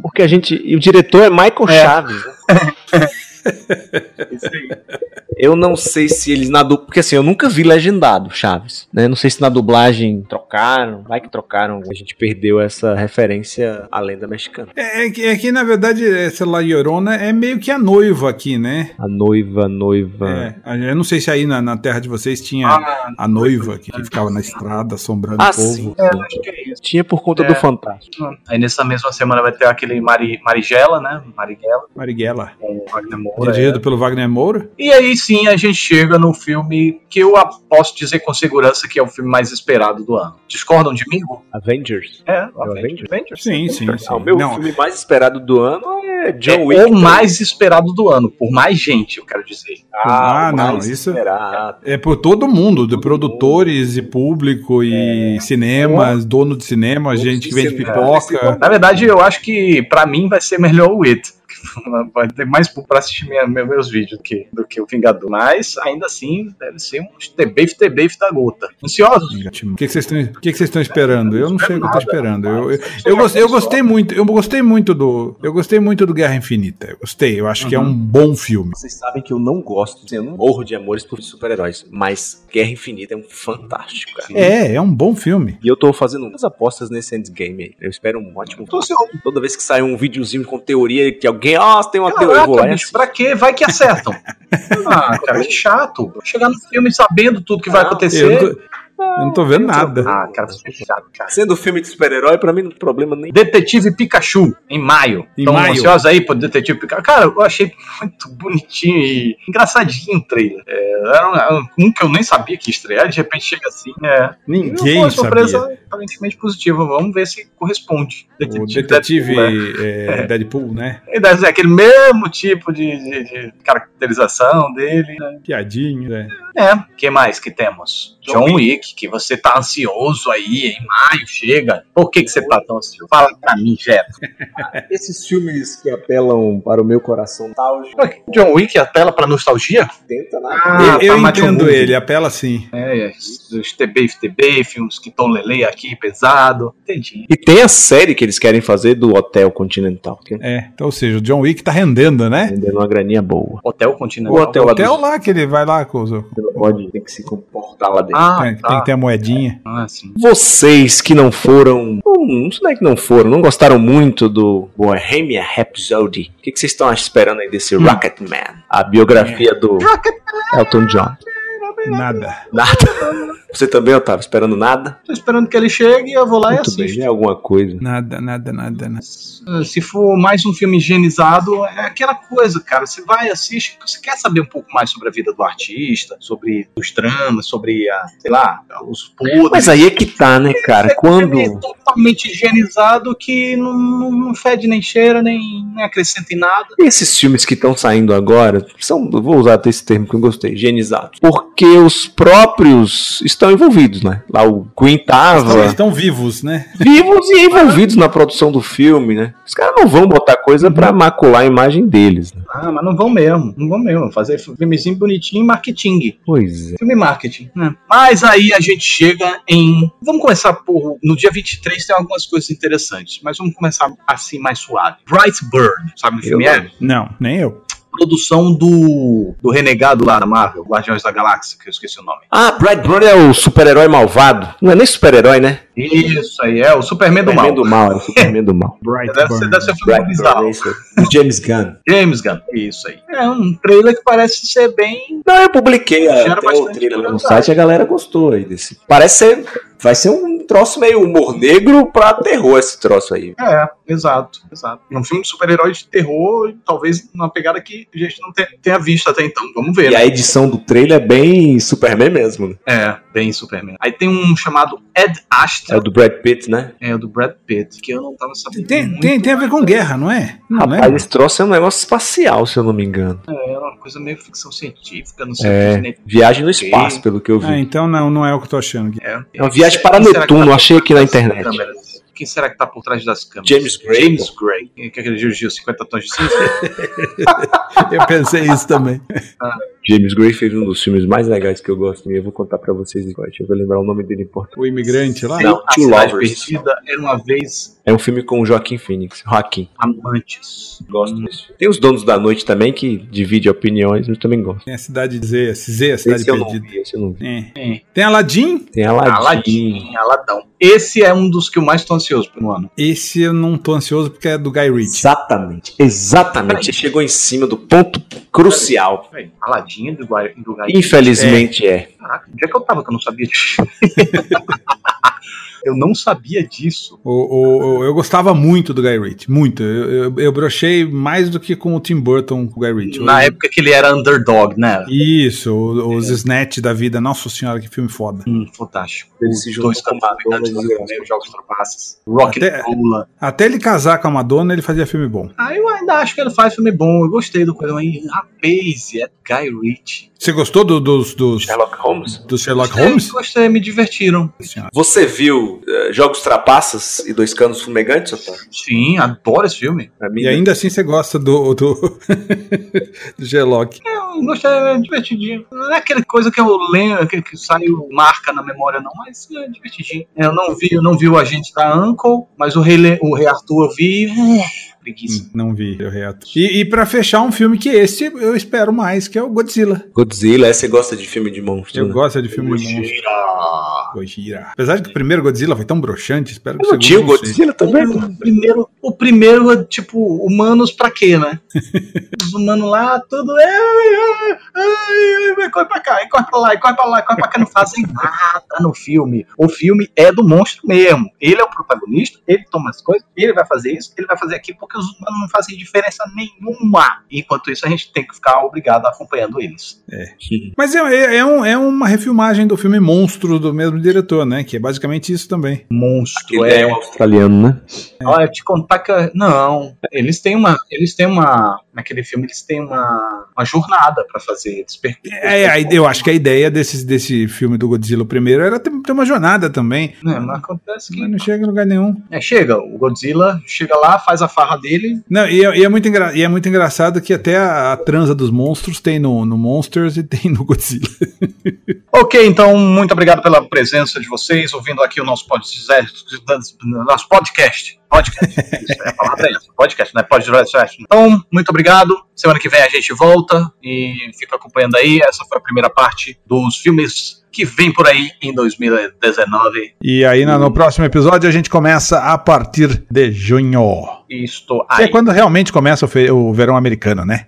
[SPEAKER 4] Porque a gente. E o diretor é Michael
[SPEAKER 2] É.
[SPEAKER 4] Chaves. né? Eu não sei se eles na dublagem. Porque assim, eu nunca vi legendado Chaves. Né? Não sei se na dublagem trocaram. Vai que trocaram. A gente perdeu essa referência à lenda mexicana.
[SPEAKER 3] É, é que, é que, na verdade, essa La Llorona é meio que a noiva aqui, né?
[SPEAKER 4] A noiva, a noiva.
[SPEAKER 3] É, a- eu não sei se aí na, na terra de vocês tinha
[SPEAKER 2] Ah,
[SPEAKER 3] a noiva que, que ficava na estrada assombrando
[SPEAKER 4] Ah,
[SPEAKER 3] o povo.
[SPEAKER 4] sim.
[SPEAKER 2] acho que é isso.
[SPEAKER 4] Tinha por conta
[SPEAKER 2] É.
[SPEAKER 4] do Fantástico.
[SPEAKER 2] Aí nessa mesma semana vai ter aquele Mari, Marigela, né? Marighella
[SPEAKER 3] Marighella.
[SPEAKER 2] com o Wagner Moura.
[SPEAKER 4] né?
[SPEAKER 2] é.
[SPEAKER 3] Dirigido pelo Wagner Moura.
[SPEAKER 2] E aí sim a gente chega no filme que eu posso dizer com segurança que é o filme mais esperado do ano. Discordam de mim?
[SPEAKER 4] Avengers.
[SPEAKER 2] É,
[SPEAKER 4] Avengers.
[SPEAKER 2] Avengers.
[SPEAKER 3] Sim, sim, sim.
[SPEAKER 4] Ah, o meu
[SPEAKER 3] Não,
[SPEAKER 4] filme mais esperado do ano é John
[SPEAKER 2] É
[SPEAKER 4] Wick.
[SPEAKER 2] o mais esperado do ano, por mais gente, eu quero dizer.
[SPEAKER 3] Ah,
[SPEAKER 4] o
[SPEAKER 3] não,
[SPEAKER 4] mais
[SPEAKER 3] isso-
[SPEAKER 4] esperado.
[SPEAKER 3] É por todo mundo, de produtores e público e cinemas, dono de cinema,
[SPEAKER 4] É. Dono
[SPEAKER 3] gente
[SPEAKER 4] de
[SPEAKER 3] que vende
[SPEAKER 4] cinema. é
[SPEAKER 3] pipoca.
[SPEAKER 2] Na verdade, eu acho que pra mim vai ser melhor o It. Vai ter mais público pra assistir minha- meu- meus vídeos do que, do que o Vingador. Mas, ainda assim, deve ser um tebeif tebeif da gota. Ansiosos?
[SPEAKER 3] O que que vocês estão- o que que vocês estão esperando? Eu não sei o que eu estou esperando. Eu, eu, eu gostei, eu gostei muito, eu gostei muito do, eu gostei muito do Guerra Infinita. Eu gostei, eu acho que é
[SPEAKER 2] Uhum.
[SPEAKER 3] um bom filme.
[SPEAKER 4] Vocês sabem que eu não gosto, assim, eu não morro de amores por super-heróis, mas Guerra Infinita é um fantástico, cara.
[SPEAKER 3] É, é um bom filme.
[SPEAKER 4] E eu tô fazendo muitas apostas nesse endgame aí. Eu espero um ótimo. Toda vez que sai um videozinho com teoria que alguém, ó, tem uma teoria, eu vou lá
[SPEAKER 2] Caraca,
[SPEAKER 4] e
[SPEAKER 2] bicho,
[SPEAKER 4] assisto.
[SPEAKER 2] pra quê? Vai que acertam. Ah, cara, que chato. Chegar no filme sabendo tudo que vai
[SPEAKER 4] Não,
[SPEAKER 3] Eu não,
[SPEAKER 2] acontecer.
[SPEAKER 3] tô, eu não tô vendo nada.
[SPEAKER 2] Ah, cara, você é chato, cara.
[SPEAKER 4] assim, Sendo um filme de super-herói, pra mim não tem problema nem.
[SPEAKER 2] Detetive Pikachu, em maio.
[SPEAKER 3] Em
[SPEAKER 2] Estão
[SPEAKER 3] maio.
[SPEAKER 2] ansiosos aí pro Detetive Pikachu? Cara, eu achei muito bonitinho e engraçadinho o trailer. É, era um, um que eu nem sabia que ia estrear, de repente chega assim. É. E
[SPEAKER 3] Ninguém
[SPEAKER 2] uma
[SPEAKER 3] sabia.
[SPEAKER 2] surpresa aparentemente positiva. Vamos ver se corresponde. né?
[SPEAKER 3] O detetive é, Deadpool, né?
[SPEAKER 2] É, deve ser aquele mesmo tipo de, de- de caracterização dele. né?
[SPEAKER 3] Piadinho, né?
[SPEAKER 2] É, o que mais que temos?
[SPEAKER 4] John
[SPEAKER 2] John Wick, que você tá ansioso aí, em maio chega. Por que, que você tá tão ansioso? Fala pra mim, Jeff.
[SPEAKER 4] Esses filmes que apelam para o meu coração tal,
[SPEAKER 2] é John Wick apela pra nostalgia?
[SPEAKER 4] tenta nada.
[SPEAKER 2] Ah,
[SPEAKER 3] eu eu
[SPEAKER 2] Macho
[SPEAKER 3] entendo
[SPEAKER 2] Movie.
[SPEAKER 3] ele, apela sim.
[SPEAKER 2] É, os TBF, TBF, uns que estão lelê aqui, pesado. Entendi.
[SPEAKER 4] E tem a série que eles querem fazer do Hotel Continental, que
[SPEAKER 3] É, então, ou seja, o John Wick tá rendendo, né?
[SPEAKER 4] ainda é uma graninha boa.
[SPEAKER 2] Hotel Continental.
[SPEAKER 4] O hotel lá
[SPEAKER 3] Até o
[SPEAKER 4] do
[SPEAKER 3] lá que ele vai lá com os.
[SPEAKER 4] pode tem que se comportar lá dentro.
[SPEAKER 2] Ah,
[SPEAKER 3] tem,
[SPEAKER 2] tá.
[SPEAKER 3] tem que ter a moedinha.
[SPEAKER 2] Ah, sim.
[SPEAKER 4] Vocês que não foram, hum, não sei não é que não foram, não gostaram muito do Bohemia Rhapsody. O que, que vocês
[SPEAKER 2] Ah,
[SPEAKER 4] estão esperando aí desse Rocketman? A biografia do Elton John.
[SPEAKER 3] Nada.
[SPEAKER 4] Você também, Otávio, esperando nada?
[SPEAKER 2] Tô esperando que ele chegue e eu vou lá e
[SPEAKER 4] Muito
[SPEAKER 2] assisto.
[SPEAKER 4] bem, é alguma coisa.
[SPEAKER 3] Nada, nada, nada,
[SPEAKER 2] Tá
[SPEAKER 3] nada.
[SPEAKER 2] Se for mais um filme higienizado, é aquela coisa, cara. Você vai, assiste, porque você quer saber um pouco mais sobre a vida do artista, sobre os dramas, sobre, a, sei lá, os podres. um
[SPEAKER 4] Mas aí é que tá, né, cara? Quando.
[SPEAKER 2] filme totalmente higienizado que não, não- não fede nem cheira, nem, nem acrescenta em nada.
[SPEAKER 4] Esses filmes que estão saindo agora são, eu vou usar até esse termo que eu gostei, higienizados. Porque os próprios estão envolvidos, né? Lá o Queen
[SPEAKER 3] Eles
[SPEAKER 4] tava
[SPEAKER 3] estão vivos, né?
[SPEAKER 4] vivos e envolvidos na produção do filme, né? Os caras não vão botar coisa pra macular a imagem deles, né?
[SPEAKER 2] Ah, mas não vão mesmo, não vão mesmo. Fazer filmezinho bonitinho e marketing.
[SPEAKER 4] Pois é.
[SPEAKER 2] Filme marketing, né? Mas aí a gente chega em. Vamos começar por. No dia 23 tem algumas coisas interessantes, mas vamos começar assim mais suave. Bright Bird, sabe o filme?
[SPEAKER 4] Eu
[SPEAKER 2] É?
[SPEAKER 3] Não, nem eu.
[SPEAKER 2] produção do, do renegado lá da Marvel, Guardiões da Galáxia, que eu esqueci o nome.
[SPEAKER 4] Ah, Brad Bird é o super-herói malvado. Não é nem super-herói, né?
[SPEAKER 2] Isso aí, é o Superman do
[SPEAKER 4] Superman
[SPEAKER 2] mal.
[SPEAKER 4] do mal, é o Superman do mal.
[SPEAKER 3] Bright
[SPEAKER 2] Deve ser, deve ser um filme
[SPEAKER 4] Brad Bird,
[SPEAKER 2] bizarro.
[SPEAKER 4] é isso aí. O James Gunn.
[SPEAKER 2] James Gunn, isso aí. É um trailer que parece ser bem.
[SPEAKER 4] Não, eu publiquei
[SPEAKER 2] Gera
[SPEAKER 4] a, até o
[SPEAKER 2] bastante
[SPEAKER 4] trailer lá no
[SPEAKER 2] curiosidade.
[SPEAKER 4] site, a galera gostou aí desse. Parece ser. Vai ser um troço meio humor negro pra terror esse troço aí.
[SPEAKER 2] É, exato, exato. É um filme de super-herói de terror, talvez numa pegada que a gente não te- tenha visto até então. Vamos ver.
[SPEAKER 4] E a edição do trailer é bem Superman mesmo, né?
[SPEAKER 2] É, bem Superman. Aí tem um chamado Ed
[SPEAKER 4] É o
[SPEAKER 2] Astra,
[SPEAKER 4] do Brad Pitt, né?
[SPEAKER 2] é o do Brad Pitt, que eu não tava sabendo.
[SPEAKER 3] Tem,
[SPEAKER 2] muito,
[SPEAKER 3] tem, tem a ver com guerra, não é? Não
[SPEAKER 4] Rapaz, esse troço é um negócio espacial, se eu não me engano.
[SPEAKER 2] É uma coisa meio ficção científica, não sei
[SPEAKER 4] É.
[SPEAKER 2] o que. né?
[SPEAKER 4] Viagem no espaço, pelo que eu
[SPEAKER 3] Ah,
[SPEAKER 4] vi.
[SPEAKER 3] então não, não é o que eu tô achando. Gui.
[SPEAKER 2] É,
[SPEAKER 4] É uma viagem para
[SPEAKER 2] Quem será que
[SPEAKER 4] Netuno,
[SPEAKER 2] tá
[SPEAKER 4] achei aqui na
[SPEAKER 2] por trás das
[SPEAKER 4] internet.
[SPEAKER 2] câmeras? Quem será que tá por trás das câmeras?
[SPEAKER 4] James Gray,
[SPEAKER 2] James Gray. Quem é que ele dirigiu 50 tons de cinza?
[SPEAKER 3] Eu pensei isso também.
[SPEAKER 4] James Gray fez um dos filmes mais legais que eu gosto e eu vou contar pra vocês agora. Deixa eu lembrar o nome dele em português.
[SPEAKER 3] O imigrante lá.
[SPEAKER 4] Não,
[SPEAKER 2] a
[SPEAKER 4] Two
[SPEAKER 2] cidade
[SPEAKER 4] Lovers.
[SPEAKER 2] perdida era uma vez
[SPEAKER 4] É um filme com o Joaquim Phoenix. Joaquim.
[SPEAKER 2] amantes.
[SPEAKER 4] Gosto disso. Tem os Donos da Noite também, que divide opiniões, mas eu também gosto.
[SPEAKER 3] Tem a cidade de Z, Z a cidade
[SPEAKER 4] Esse eu não
[SPEAKER 3] perdida.
[SPEAKER 4] vi, esse eu não vi.
[SPEAKER 3] É.
[SPEAKER 2] Tem.
[SPEAKER 3] Tem Aladdin?
[SPEAKER 4] Tem Aladdin.
[SPEAKER 2] Aladdin, Aladão. Esse é um dos que eu mais tô ansioso pelo ano.
[SPEAKER 3] Esse eu não tô ansioso porque é do Guy Ritchie.
[SPEAKER 4] Exatamente, exatamente. Você chegou em cima do ponto crucial.
[SPEAKER 2] Peraí, Aladdin do Gua- do Gaia.
[SPEAKER 4] Infelizmente é.
[SPEAKER 2] Caraca, onde é que eu tava que eu não sabia disso? eu não sabia disso.
[SPEAKER 3] O- o- o- eu gostava muito do Guy Ritchie, muito. Eu, eu, eu brochei mais do que com o Tim Burton com o Guy Ritchie.
[SPEAKER 2] Na
[SPEAKER 3] Eu-
[SPEAKER 2] época que ele era underdog, né?
[SPEAKER 3] Isso, o- os Snatch da vida. Nossa senhora, que filme foda.
[SPEAKER 2] Hum, fantástico.
[SPEAKER 4] Ele
[SPEAKER 2] Os
[SPEAKER 4] se
[SPEAKER 2] dois
[SPEAKER 4] juntou com
[SPEAKER 2] cantavam
[SPEAKER 4] Madonna,
[SPEAKER 2] Idade do
[SPEAKER 4] desgraça.
[SPEAKER 2] Primeiro, né, Jogos Trapaças, Rock
[SPEAKER 3] Até-
[SPEAKER 2] and Rolla.
[SPEAKER 3] Até ele casar com a Madonna, ele fazia filme bom.
[SPEAKER 2] Ah, eu ainda acho que ele faz filme bom. Eu gostei do coisa, mas rapaz, é Guy Ritchie.
[SPEAKER 3] Você gostou do- dos, dos,
[SPEAKER 4] Sherlock Holmes?
[SPEAKER 3] do Sherlock
[SPEAKER 2] Gostei,
[SPEAKER 3] Holmes?
[SPEAKER 2] Gostei, me divertiram.
[SPEAKER 4] Você viu eh, Jogos Trapaças e Dois Canos Fumegantes, Otávio?
[SPEAKER 2] Sim, adoro esse filme.
[SPEAKER 4] Pra mim,
[SPEAKER 3] E ainda assim você gosta do, do, do Sherlock.
[SPEAKER 2] Eu gostei, é divertidinho. Não é aquela coisa que eu lembro, aquele que saiu marca na memória, não, mas é divertidinho. Eu não vi, eu não vi o agente da Uncle, mas o Rei, Le- o Rei Arthur eu vi. É, preguiça.
[SPEAKER 3] Não vi, eu reto. E, e pra fechar, um filme que esse eu espero mais, que é o Godzilla.
[SPEAKER 4] Godzilla, é, você gosta de filme de monstro,
[SPEAKER 3] Eu
[SPEAKER 4] né?
[SPEAKER 3] gosto de filme de monstro.
[SPEAKER 2] Mentira.
[SPEAKER 3] Gojira. Apesar de que o primeiro Godzilla foi tão broxante, espero que
[SPEAKER 4] Mas não tinha o
[SPEAKER 3] segundo seja.
[SPEAKER 4] Godzilla também? né?
[SPEAKER 2] O primeiro, o primeiro é tipo, humanos pra quê, né? Os humanos lá, tudo. Ai, ai, ai, ai, corre pra cá, e corre pra lá, e corre pra lá, e corre pra cá, não fazem nada no filme. O filme é do monstro mesmo. Ele é o protagonista, ele toma as coisas, ele vai fazer isso, ele vai fazer aquilo, porque os humanos não fazem diferença nenhuma. Enquanto isso, a gente tem que ficar obrigado acompanhando eles.
[SPEAKER 3] Mas é, é- é um- é uma refilmagem do filme Monstro do mesmo diretor, né? Que é basicamente isso também.
[SPEAKER 2] Monstro,
[SPEAKER 4] Ele é um australiano, né?
[SPEAKER 2] Olha, te contar que. É. eu- Não, eles têm uma. Eles têm uma. Naquele filme, eles têm uma, uma jornada pra fazer. Eles per-
[SPEAKER 3] É, é, a ide- eu acho que a ideia desse, desse filme do Godzilla o primeiro era ter, ter uma jornada também.
[SPEAKER 2] Né, mas acontece
[SPEAKER 3] Mas
[SPEAKER 2] que.
[SPEAKER 3] não chega em lugar nenhum.
[SPEAKER 2] É, chega, o Godzilla chega lá, faz a farra dele.
[SPEAKER 3] Não, e, é, e é muito engra- e é muito engraçado que até a, a transa dos monstros tem no, no Monsters e tem no Godzilla.
[SPEAKER 2] Ok, então, muito obrigado pela presença de vocês, ouvindo aqui o nosso podcast. Nosso podcast. Podcast. Isso, é a palavra é essa. Podcast, né? Podcast. Então, muito obrigado. Semana que vem a gente volta e fica acompanhando aí. Essa foi a primeira parte dos filmes que vem por aí em 2019.
[SPEAKER 3] E aí no, no próximo episódio a gente começa a partir de junho.
[SPEAKER 2] Isto
[SPEAKER 3] Que é
[SPEAKER 2] aí.
[SPEAKER 3] quando realmente começa o, fe- o verão americano, né?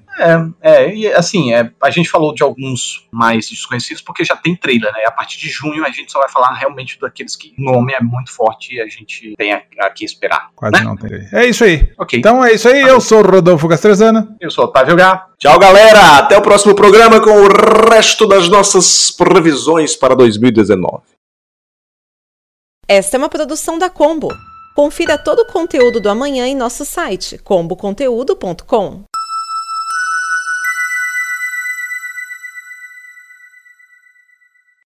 [SPEAKER 2] É, é, e assim, é, a gente falou de alguns mais desconhecidos porque já tem trailer, né? A partir de junho a gente só vai falar realmente daqueles que o nome é muito forte e a gente tem a, a que esperar.
[SPEAKER 3] Quase
[SPEAKER 2] né?
[SPEAKER 3] não tem. É isso aí.
[SPEAKER 2] Ok.
[SPEAKER 3] Então é isso aí. Eu sou o Rodolfo Castrezana.
[SPEAKER 2] Eu sou o Otávio Gá.
[SPEAKER 4] Tchau, galera. Até o próximo programa com o resto das nossas previsões para 2019.
[SPEAKER 7] Esta é uma produção da Combo. Confira todo o conteúdo do amanhã em nosso site comboconteúdo.com.